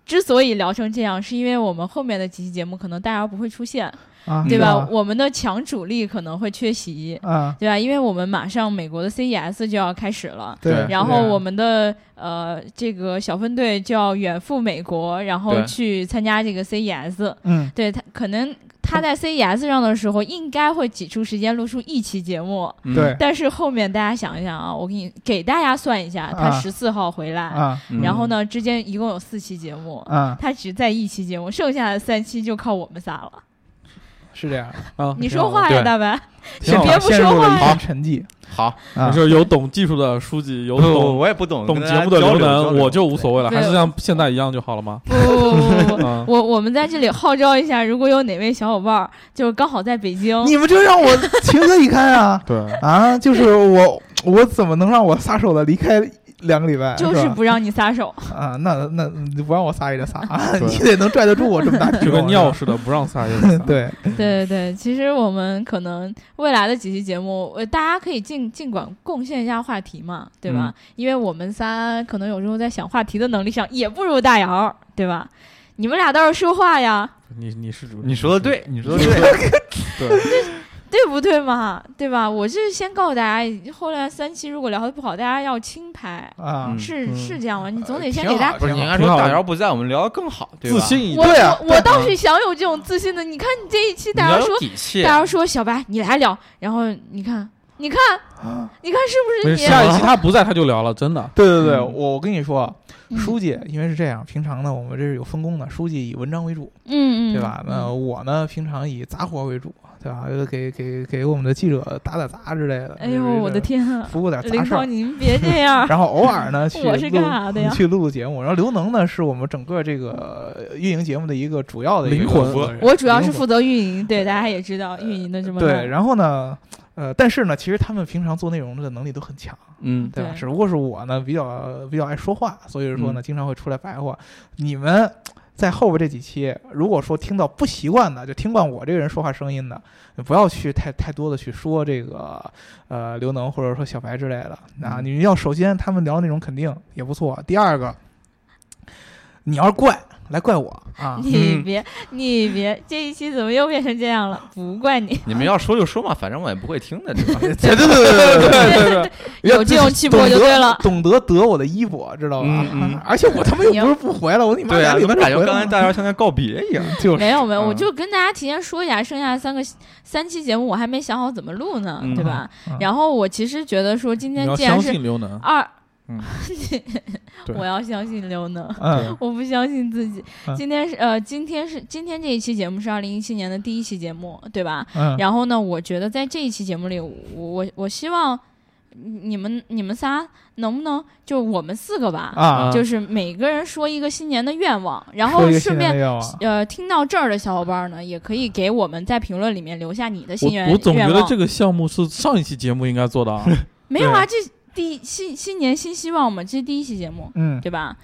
Speaker 2: 之所以聊成这样，是因为我们后面的几期节目可能大姚不会出现，
Speaker 3: 啊，
Speaker 2: 对吧？
Speaker 3: 啊
Speaker 2: 我们的强主力可能会缺席，
Speaker 3: 啊，
Speaker 2: 对吧？因为我们马上美国的 CES 就要开始了，
Speaker 3: 对啊
Speaker 5: 对，
Speaker 2: 然
Speaker 3: 是这
Speaker 2: 后
Speaker 3: 样
Speaker 2: 我们的呃这个小分队就要远赴美国，然后
Speaker 5: 对
Speaker 2: 去参加这个 CES。
Speaker 3: 嗯，
Speaker 2: 对他，可能他在 CES 上的时候，应该会挤出时间录出一期节目。
Speaker 5: 嗯
Speaker 3: 对
Speaker 2: 但是后面大家想一想啊，我给你给大家算一下，他
Speaker 3: 啊
Speaker 2: 十四号回来， [LAUGHS]
Speaker 3: 啊
Speaker 5: 嗯
Speaker 2: 然后呢，之间一共有四期节目，
Speaker 3: 啊，
Speaker 2: 他只在一期节目，剩下的三期就靠我们仨了。
Speaker 3: 是
Speaker 2: [LAUGHS]
Speaker 3: 这样，
Speaker 4: 啊，
Speaker 2: 你说话呀，
Speaker 5: 对
Speaker 2: 大白，
Speaker 4: 挺好
Speaker 2: 别
Speaker 4: 的。
Speaker 2: 不
Speaker 3: 陷
Speaker 2: 说
Speaker 3: 入了
Speaker 2: 话
Speaker 3: 一
Speaker 2: 呀
Speaker 3: 片沉寂
Speaker 5: 好，
Speaker 3: 啊
Speaker 4: 你。说有懂技术的书记，有
Speaker 5: 不不，
Speaker 4: 懂
Speaker 5: 嗯我也不懂
Speaker 4: 懂
Speaker 5: 跟
Speaker 4: 节
Speaker 5: 大家
Speaker 4: 目的
Speaker 5: 交
Speaker 4: 刘
Speaker 5: 流交
Speaker 4: 能，
Speaker 5: 流
Speaker 4: 我就无所谓了，
Speaker 2: 对
Speaker 4: 还是像现在一样就好了吗？
Speaker 2: 不不不
Speaker 4: [LAUGHS]
Speaker 2: 不不，
Speaker 4: 啊，
Speaker 2: 我我们在这里号召一下，如果有哪位小伙伴儿就是刚好在北京，
Speaker 3: 你们这让我情何以堪啊！
Speaker 4: 对，
Speaker 3: [LAUGHS] 啊，就是我，我怎么能让我撒手的离开两个礼拜？
Speaker 2: 就是是
Speaker 3: 吧
Speaker 2: 不让你撒手。
Speaker 3: 啊，那那你不让我撒也得撒，啊、
Speaker 4: 对
Speaker 3: 你得能拽得住我这么大体
Speaker 4: 就
Speaker 3: 重。
Speaker 4: 跟尿
Speaker 3: 是
Speaker 4: 似的，不让撒也得撒
Speaker 3: 吧。 [LAUGHS] 对，
Speaker 2: 对对对，其实我们可能未来的几期节目，呃，大家可以尽尽管贡献一下话题嘛，对吧？因为我们仨可能有时候在想话题的能力上也不如大姚，对吧？你们俩倒是说话呀， [LAUGHS]
Speaker 4: 你你是
Speaker 5: 你说的对，你说的
Speaker 4: 对 [LAUGHS]
Speaker 5: 对，
Speaker 4: 对，
Speaker 2: 对不对嘛？对吧？我这先告诉大家，后来三期如果聊得不好，大家要轻拍，
Speaker 3: 啊
Speaker 5: 嗯，
Speaker 2: 是
Speaker 4: 嗯
Speaker 2: 是这样吗？你总得
Speaker 3: 呃
Speaker 2: 先
Speaker 3: 挺
Speaker 2: 给大
Speaker 3: 好
Speaker 2: 家。
Speaker 5: 不是你应该
Speaker 4: 挺
Speaker 5: 说
Speaker 4: 好
Speaker 5: 大姚不在，我们聊得更好，对吧？
Speaker 4: 自信一
Speaker 2: 我
Speaker 4: 点。
Speaker 3: 对啊
Speaker 2: 我我倒是想有这种自信的。你看你这一期，
Speaker 5: 你
Speaker 2: 大家
Speaker 5: 要
Speaker 2: 说
Speaker 5: 有底气。
Speaker 2: 大家说小白，你来聊，然后你看，你看，你看是不
Speaker 4: 没
Speaker 2: 是
Speaker 4: 事啊
Speaker 2: 你？
Speaker 4: 下一期他不在他就聊了，真的。
Speaker 3: 对对对，
Speaker 5: 嗯
Speaker 3: 我我跟你说，啊
Speaker 2: 嗯
Speaker 3: 书记因为是这样，平常呢我们这是有分工的，书记以文章为主，
Speaker 2: 嗯嗯，
Speaker 3: 对吧？那我呢平常以杂活为主，对吧？给给给我们的记者打打杂之类的。
Speaker 2: 哎
Speaker 3: 就
Speaker 2: 呦，
Speaker 3: 是
Speaker 2: 我的，天啊！
Speaker 3: [LAUGHS] 服务点杂
Speaker 2: 林
Speaker 3: 事
Speaker 2: 涛，
Speaker 3: 儿。。
Speaker 2: 您别这样
Speaker 3: [LAUGHS] 然后偶
Speaker 2: [LAUGHS]
Speaker 3: 尔呢去
Speaker 2: 我是
Speaker 3: 录
Speaker 2: 干啥的呀
Speaker 3: 去录录节目。然后刘能呢是我们整个这个运营节目的一个主要的一个
Speaker 4: 灵魂
Speaker 3: 负责人
Speaker 2: 我主要是
Speaker 3: 灵魂
Speaker 2: 负责运营，对大家也知道运营的这么
Speaker 3: 呃对，
Speaker 2: 乱。
Speaker 3: 然后呢，呃，但是呢，其实他们平常做内容的能力都很强，
Speaker 5: 嗯，
Speaker 3: 对吧？
Speaker 2: 对！
Speaker 3: 只不过是我呢比较比较爱说话，所以说呢，经常会出来白话。你们在后边这几期，如果说听到不习惯的，就听惯我这个人说话声音的，不要去太太多的去说这个呃刘能或者说小白之类的啊。
Speaker 5: 嗯
Speaker 3: 你要首先他们聊的内容肯定也不错，第二个，你要是怪。来怪我啊
Speaker 2: 你
Speaker 5: 嗯
Speaker 2: 别，你别，这一期怎么又变成这样了？不怪你，
Speaker 5: 你们要说就说嘛，反正我也不会听的，对吧？
Speaker 3: [LAUGHS] 对对
Speaker 2: [LAUGHS]
Speaker 3: 对 [LAUGHS] 对对
Speaker 4: 对对对，
Speaker 2: 有这种气魄就对了。
Speaker 3: 懂得得我的衣钵，知道吧
Speaker 5: 嗯嗯？
Speaker 3: [LAUGHS] 而且我他妈又不是不回了，我你妈
Speaker 5: 对啊，
Speaker 3: 俩礼
Speaker 5: 怎么
Speaker 3: 拜就
Speaker 5: 感
Speaker 3: 回
Speaker 5: 觉刚
Speaker 3: 了。
Speaker 5: 才大家像在告别一样？
Speaker 3: 就是
Speaker 2: [LAUGHS] 没有没有，我
Speaker 5: 嗯
Speaker 2: 就跟大家提前说一下，剩下三个三期节目我还没想好怎么录呢，
Speaker 5: 嗯
Speaker 2: 对吧？
Speaker 3: 嗯
Speaker 2: 然后我其实觉得说今
Speaker 4: 你
Speaker 2: 天
Speaker 4: 要
Speaker 2: 既然
Speaker 4: 相
Speaker 2: 是
Speaker 4: 信刘能，
Speaker 2: 二， [LAUGHS]
Speaker 5: 嗯
Speaker 4: 对
Speaker 2: 我要相信刘能。
Speaker 3: [LAUGHS] 嗯
Speaker 2: 我不相信自己
Speaker 3: 嗯。
Speaker 2: 今天是呃，今天是今天这一期节目是二零一七年的第一期节目，对吧？
Speaker 3: 嗯，
Speaker 2: 然后呢，我觉得在这一期节目里，我我我希望你们你们仨能不能就我们四个吧，
Speaker 3: 啊，
Speaker 2: 就是每个人说一个新年的愿望，然
Speaker 3: 说
Speaker 2: 后
Speaker 3: 一个
Speaker 2: 顺
Speaker 3: 新年的
Speaker 2: 便。
Speaker 3: 愿望
Speaker 2: 呃，听到这儿的小伙伴呢，也可以给我们在评论里面留下你的心愿
Speaker 4: 我我总觉
Speaker 2: 愿
Speaker 4: 得
Speaker 2: 望
Speaker 4: 这个项目是上一期节目应该做的
Speaker 2: [LAUGHS]
Speaker 4: 啊，
Speaker 2: 没有啊，
Speaker 4: 对
Speaker 2: 这第新新年新希望嘛，这是第一期节目。
Speaker 3: 嗯
Speaker 4: [LAUGHS]
Speaker 2: 对吧？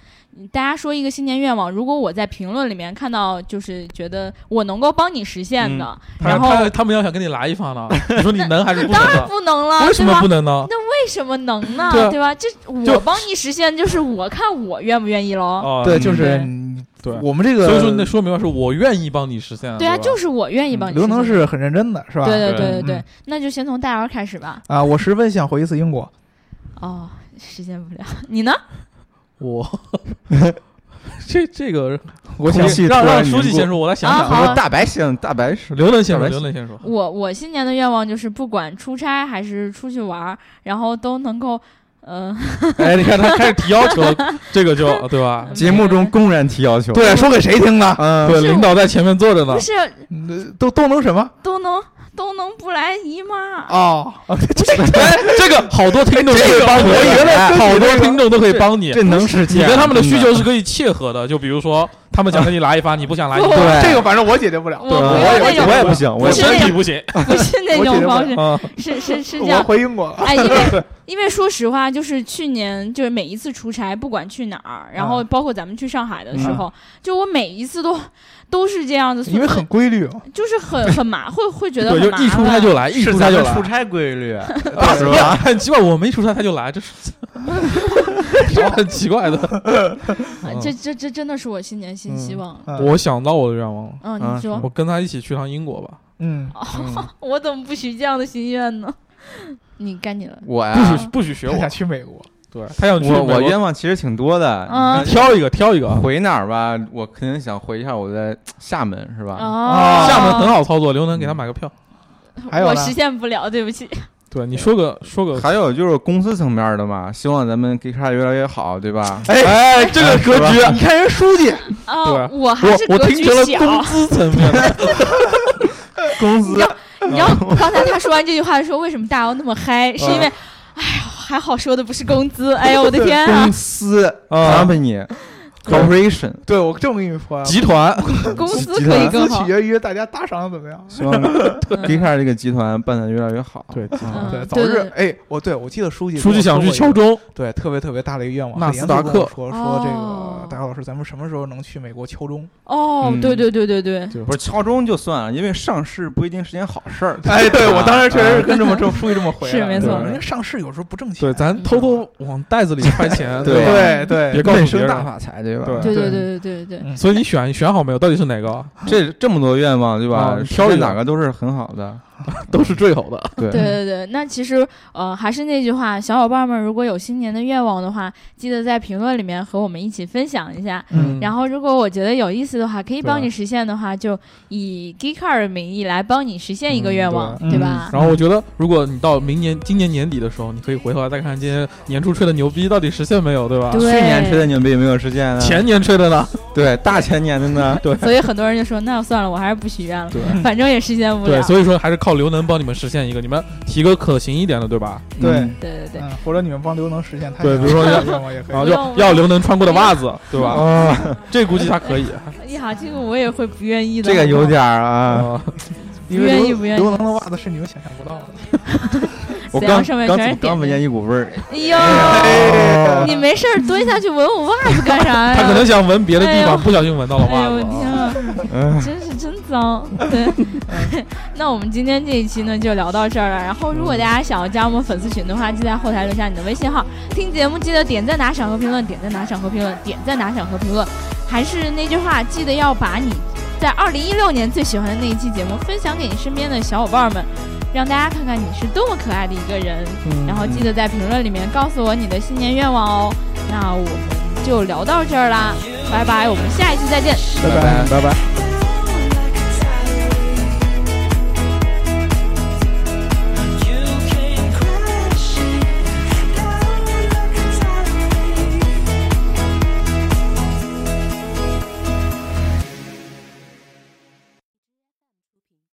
Speaker 2: 大家说一个新年愿望，如果我在评论里面看到，就是觉得我能够帮你实现的，
Speaker 4: 嗯他
Speaker 2: 然后
Speaker 4: 他他们要想跟你来一
Speaker 2: [LAUGHS]
Speaker 4: 发呢，你说你能还是不能
Speaker 2: 当然
Speaker 4: 呢？
Speaker 2: 不能了，
Speaker 4: 为什么
Speaker 2: 对吧
Speaker 4: 不？能呢？
Speaker 2: 为什么能呢？
Speaker 4: 对啊
Speaker 2: 对吧？这我
Speaker 4: 就
Speaker 2: 帮你实现，就是我看我愿不愿意喽。
Speaker 4: 哦，
Speaker 3: 对，
Speaker 5: 嗯
Speaker 3: 就是
Speaker 2: 对
Speaker 3: 你
Speaker 4: 对
Speaker 3: 我们这个，
Speaker 4: 所以说你得说明白，是我愿意帮你实现。
Speaker 2: 对啊，
Speaker 4: 吧嗯
Speaker 2: 就是我愿意帮你实
Speaker 3: 刘
Speaker 2: 现。
Speaker 3: 能是很认真的，是吧？
Speaker 2: 对对
Speaker 4: 对
Speaker 2: 对对
Speaker 3: 嗯
Speaker 2: 对，那就先从大姚开始吧。
Speaker 3: 啊，我十分想回一次英国，
Speaker 2: 哦，实现不了，你呢？
Speaker 4: 嗯我。 [LAUGHS] 这这个，
Speaker 3: 我想
Speaker 4: 让让书记先说，我来想
Speaker 2: 啊
Speaker 4: 想。
Speaker 2: 好啊
Speaker 5: 大白先，大白是
Speaker 4: 刘能先说，
Speaker 5: 要不然
Speaker 4: 刘能先说。
Speaker 2: 我我新年的愿望就是不管出差还是出去玩儿，然后都能够，呃，
Speaker 4: 哎，你看他开始提要
Speaker 2: [LAUGHS]
Speaker 4: 求了，这个就对吧？
Speaker 5: 节目中公然提要求，
Speaker 3: 对，说给谁听呢？
Speaker 5: 嗯，
Speaker 4: 对，
Speaker 2: 是
Speaker 4: 领导在前面
Speaker 2: [LAUGHS]
Speaker 4: 坐着呢
Speaker 2: 不。是
Speaker 3: 嗯都都能什么？
Speaker 2: 都能都能不来姨妈。
Speaker 3: 哦， [LAUGHS] 这个
Speaker 4: 哎这个好多听众都可以帮
Speaker 3: 我
Speaker 4: 你，
Speaker 3: 以为
Speaker 4: 好多听众都可以帮你。
Speaker 5: 这能实现？
Speaker 4: 你跟他们的需求是可以切合的，就比如说他们想跟你来一发，你
Speaker 2: [LAUGHS]
Speaker 4: 不想来，你
Speaker 2: 不
Speaker 4: 对，
Speaker 3: 这个反正我解决不了，
Speaker 2: 我不要那种，
Speaker 5: 也不行，
Speaker 2: 我
Speaker 4: 我
Speaker 2: 是
Speaker 4: 身
Speaker 2: 那
Speaker 4: 体
Speaker 2: 样
Speaker 4: 不行
Speaker 2: [LAUGHS] 不是那
Speaker 3: 我
Speaker 2: 种
Speaker 3: 解决不
Speaker 2: 方
Speaker 3: 了
Speaker 2: 式，
Speaker 4: 啊。
Speaker 2: 是是是这
Speaker 3: 我
Speaker 2: 样。
Speaker 3: 回英国了。
Speaker 2: 哎，因
Speaker 4: [LAUGHS]
Speaker 2: 为因为说实话，就是去年就是每一次出差，不管去哪儿，然
Speaker 4: 啊
Speaker 2: 后包括咱们去上海的
Speaker 4: 嗯
Speaker 2: 时候，就我每一次都都是这样子，
Speaker 3: 因为很规律，
Speaker 2: 就是很很麻，会会觉得
Speaker 4: 对，
Speaker 2: 很
Speaker 4: 就
Speaker 2: 麻
Speaker 4: 一出差
Speaker 2: 烦。
Speaker 4: 就来，一
Speaker 5: 是
Speaker 4: 出
Speaker 5: 咱
Speaker 4: 差就
Speaker 5: 们
Speaker 4: 来
Speaker 5: 出，差规律，
Speaker 2: [LAUGHS]
Speaker 4: 啊
Speaker 5: 是吧？
Speaker 4: [LAUGHS] 很奇怪，我没出差他就来，这是这很奇怪的。嗯
Speaker 2: 啊这这这真的是我新年新希望。
Speaker 3: 嗯
Speaker 4: 我想到我的愿望了，
Speaker 2: 嗯，
Speaker 5: 啊
Speaker 2: 你
Speaker 5: 什
Speaker 2: 说
Speaker 4: 我跟他一起去趟英国吧。
Speaker 3: 嗯，
Speaker 2: [LAUGHS] 我怎么不许这样的心愿呢？ [LAUGHS] 你该你了。
Speaker 5: 我呀啊
Speaker 4: 不许不许学
Speaker 3: 他想
Speaker 4: 我，
Speaker 3: 去美国，
Speaker 4: 对啊他想去
Speaker 5: 我我
Speaker 4: 愿
Speaker 5: 愿望其实挺多的，
Speaker 2: 嗯
Speaker 4: 挑一个挑一个啊。
Speaker 5: 回哪儿吧？我肯定想回一下我在厦门，是吧？
Speaker 2: 哦，
Speaker 4: 啊厦门很，好操作，刘能给他买个票。嗯
Speaker 3: 还有
Speaker 2: 我
Speaker 3: 呢
Speaker 2: 实现不了，对不起。
Speaker 4: 对，你说个说个，
Speaker 5: 还有就是公司层面的嘛，希望咱们 g i g 越来越好，对吧？
Speaker 3: 哎哎，这
Speaker 5: 个格局
Speaker 3: 你看人书记，
Speaker 2: 哦，
Speaker 4: 对
Speaker 2: 我还是
Speaker 4: 啊我我
Speaker 2: 格
Speaker 4: 听
Speaker 2: 局
Speaker 4: 成了
Speaker 2: 小。
Speaker 4: 工资层面的，
Speaker 5: 公司
Speaker 2: 你知道刚才他说完这句话的时候，为什么大姚那么嗨？是因为，哎呦，还好说的不是工资，哎呦，我的天啊
Speaker 5: 公！司
Speaker 4: 啊
Speaker 5: company corporation，
Speaker 3: 对我这么跟你说啊，
Speaker 4: 集 [LAUGHS] 团
Speaker 2: 公司
Speaker 5: 集
Speaker 2: 可以
Speaker 5: 团
Speaker 2: 更
Speaker 3: 公司
Speaker 2: 好
Speaker 3: 取。决于大家打赏怎么样。
Speaker 5: 希望 g i g 这个集团办得越来越好。
Speaker 4: 对
Speaker 5: 嗯
Speaker 2: 嗯
Speaker 3: 对，
Speaker 2: 对
Speaker 3: 早日
Speaker 2: 对
Speaker 3: 哎，我对我记得书记
Speaker 4: 书记想去敲
Speaker 3: 敲，
Speaker 4: 钟，
Speaker 3: 对，特别特别大的一个愿望。
Speaker 4: 纳
Speaker 3: 很
Speaker 4: 斯
Speaker 3: 严肃
Speaker 4: 达
Speaker 3: 地跟我
Speaker 4: 克
Speaker 3: 说说这
Speaker 2: 哦
Speaker 3: 个，大姚老师，咱们什么时候能去美国敲
Speaker 2: [LAUGHS]
Speaker 3: 钟？
Speaker 2: 哦
Speaker 5: 嗯，
Speaker 2: 对对对对对，
Speaker 5: 不是敲钟就算了，因为上市不一定是件好事儿。
Speaker 3: 哎，对我当时确实是
Speaker 5: 啊
Speaker 3: 跟这么这么书记这么回
Speaker 2: 是
Speaker 3: 的
Speaker 2: 没
Speaker 5: 错
Speaker 3: 对人家上市有时候不挣钱，
Speaker 4: 对，
Speaker 2: 嗯
Speaker 4: 咱偷偷往袋子里揣 [LAUGHS] 钱，
Speaker 5: 对
Speaker 4: 吧？
Speaker 3: 对对，
Speaker 4: 别告诉
Speaker 5: 闷
Speaker 4: 别
Speaker 5: 声
Speaker 4: 人
Speaker 5: 大发财，对吧？
Speaker 4: 对
Speaker 2: 对
Speaker 3: 对
Speaker 2: 对对对对对。
Speaker 3: 嗯
Speaker 4: 所以你选选好没有？到底是哪个？
Speaker 5: 这这么多愿望，对吧
Speaker 4: 啊？
Speaker 5: 挑
Speaker 4: 是
Speaker 5: 着
Speaker 4: 的
Speaker 5: 哪个都是很好的。
Speaker 4: 都是最好的。
Speaker 5: 对
Speaker 2: 对对对，那其实呃还是那句话，小伙伴们如果有新年的愿望的话，记得在评论里面和我们一起分享一下。
Speaker 4: [LAUGHS]
Speaker 3: 嗯
Speaker 2: 然后如果我觉得有意思的话，可以帮
Speaker 4: 对
Speaker 2: 你实现的话，就以 Geeker 的名义来帮你实现一个
Speaker 4: 嗯
Speaker 2: 愿
Speaker 4: 对
Speaker 2: 望，
Speaker 3: 嗯
Speaker 2: 对吧？
Speaker 4: 然后我觉得，如果你到明年、今年年底的时候，你可以回头来再看看今年年初吹的牛逼到底实现没有，对吧？
Speaker 2: 对
Speaker 5: 去年吹的牛逼有没有实现呢？
Speaker 4: 前年吹的呢？
Speaker 5: 对大前年的呢？
Speaker 4: [LAUGHS] 对
Speaker 2: 所以很多人就说，那算了，我还是不许愿了，
Speaker 4: 对
Speaker 2: 反正也实现不
Speaker 4: 对，
Speaker 2: 了。
Speaker 4: 所以说还是靠刘能帮你们实现一个，你们提个可行一点的，对吧？
Speaker 3: 对
Speaker 5: 嗯
Speaker 2: 对对对，
Speaker 3: 嗯，或者你们帮刘能实现他
Speaker 4: 对
Speaker 3: 想
Speaker 4: 比如说啊
Speaker 3: 要的愿望也可
Speaker 4: 然后
Speaker 3: 以。
Speaker 2: 不
Speaker 4: 要
Speaker 2: 用哎
Speaker 4: 要刘能穿过的袜子，对吧？
Speaker 5: 哦，
Speaker 4: 这估计他可以。
Speaker 2: 呀，这个我也会不愿意的。
Speaker 5: 这个有
Speaker 2: 好不好
Speaker 5: 点儿啊。
Speaker 4: 啊，
Speaker 3: 因为
Speaker 2: 愿意
Speaker 3: 刘
Speaker 2: 不愿意哦
Speaker 3: 刘能的袜子是你们想象不到的。
Speaker 5: 我
Speaker 2: 怎
Speaker 5: 刚
Speaker 2: 样上面
Speaker 5: 刚
Speaker 2: 全是
Speaker 5: 怎刚
Speaker 2: 点
Speaker 5: 闻见一股味儿，
Speaker 2: 哎呦，你没事儿蹲下去闻我袜子干啥呀？
Speaker 4: 他可能想闻别的地
Speaker 2: 哎
Speaker 4: 方，
Speaker 2: 呦
Speaker 4: 不小心闻到了
Speaker 2: 哎
Speaker 4: 袜
Speaker 2: 呦我
Speaker 4: 子
Speaker 2: 天
Speaker 4: 啊。
Speaker 2: 啊！
Speaker 5: 嗯，
Speaker 2: 真是真脏。对， [LAUGHS] 那我们今天这一期呢就聊到这儿了。然后，如果大家想要加我们粉丝群的话，记得在后台留下你的微信号。听节目记得点赞、打赏和评论，点赞、打赏和评论，点赞、打赏和评论。还是那句话，记得要把你在二零一六年最喜欢的那一期节目分享给你身边的小伙伴们，让大家看看你是多么可爱的一个人。
Speaker 4: 嗯
Speaker 2: 然后记得在评论里面告诉我你的新年愿望哦。那我们就聊到这儿啦，拜拜，我们下一期再见。
Speaker 4: 拜拜拜拜。
Speaker 1: Bye.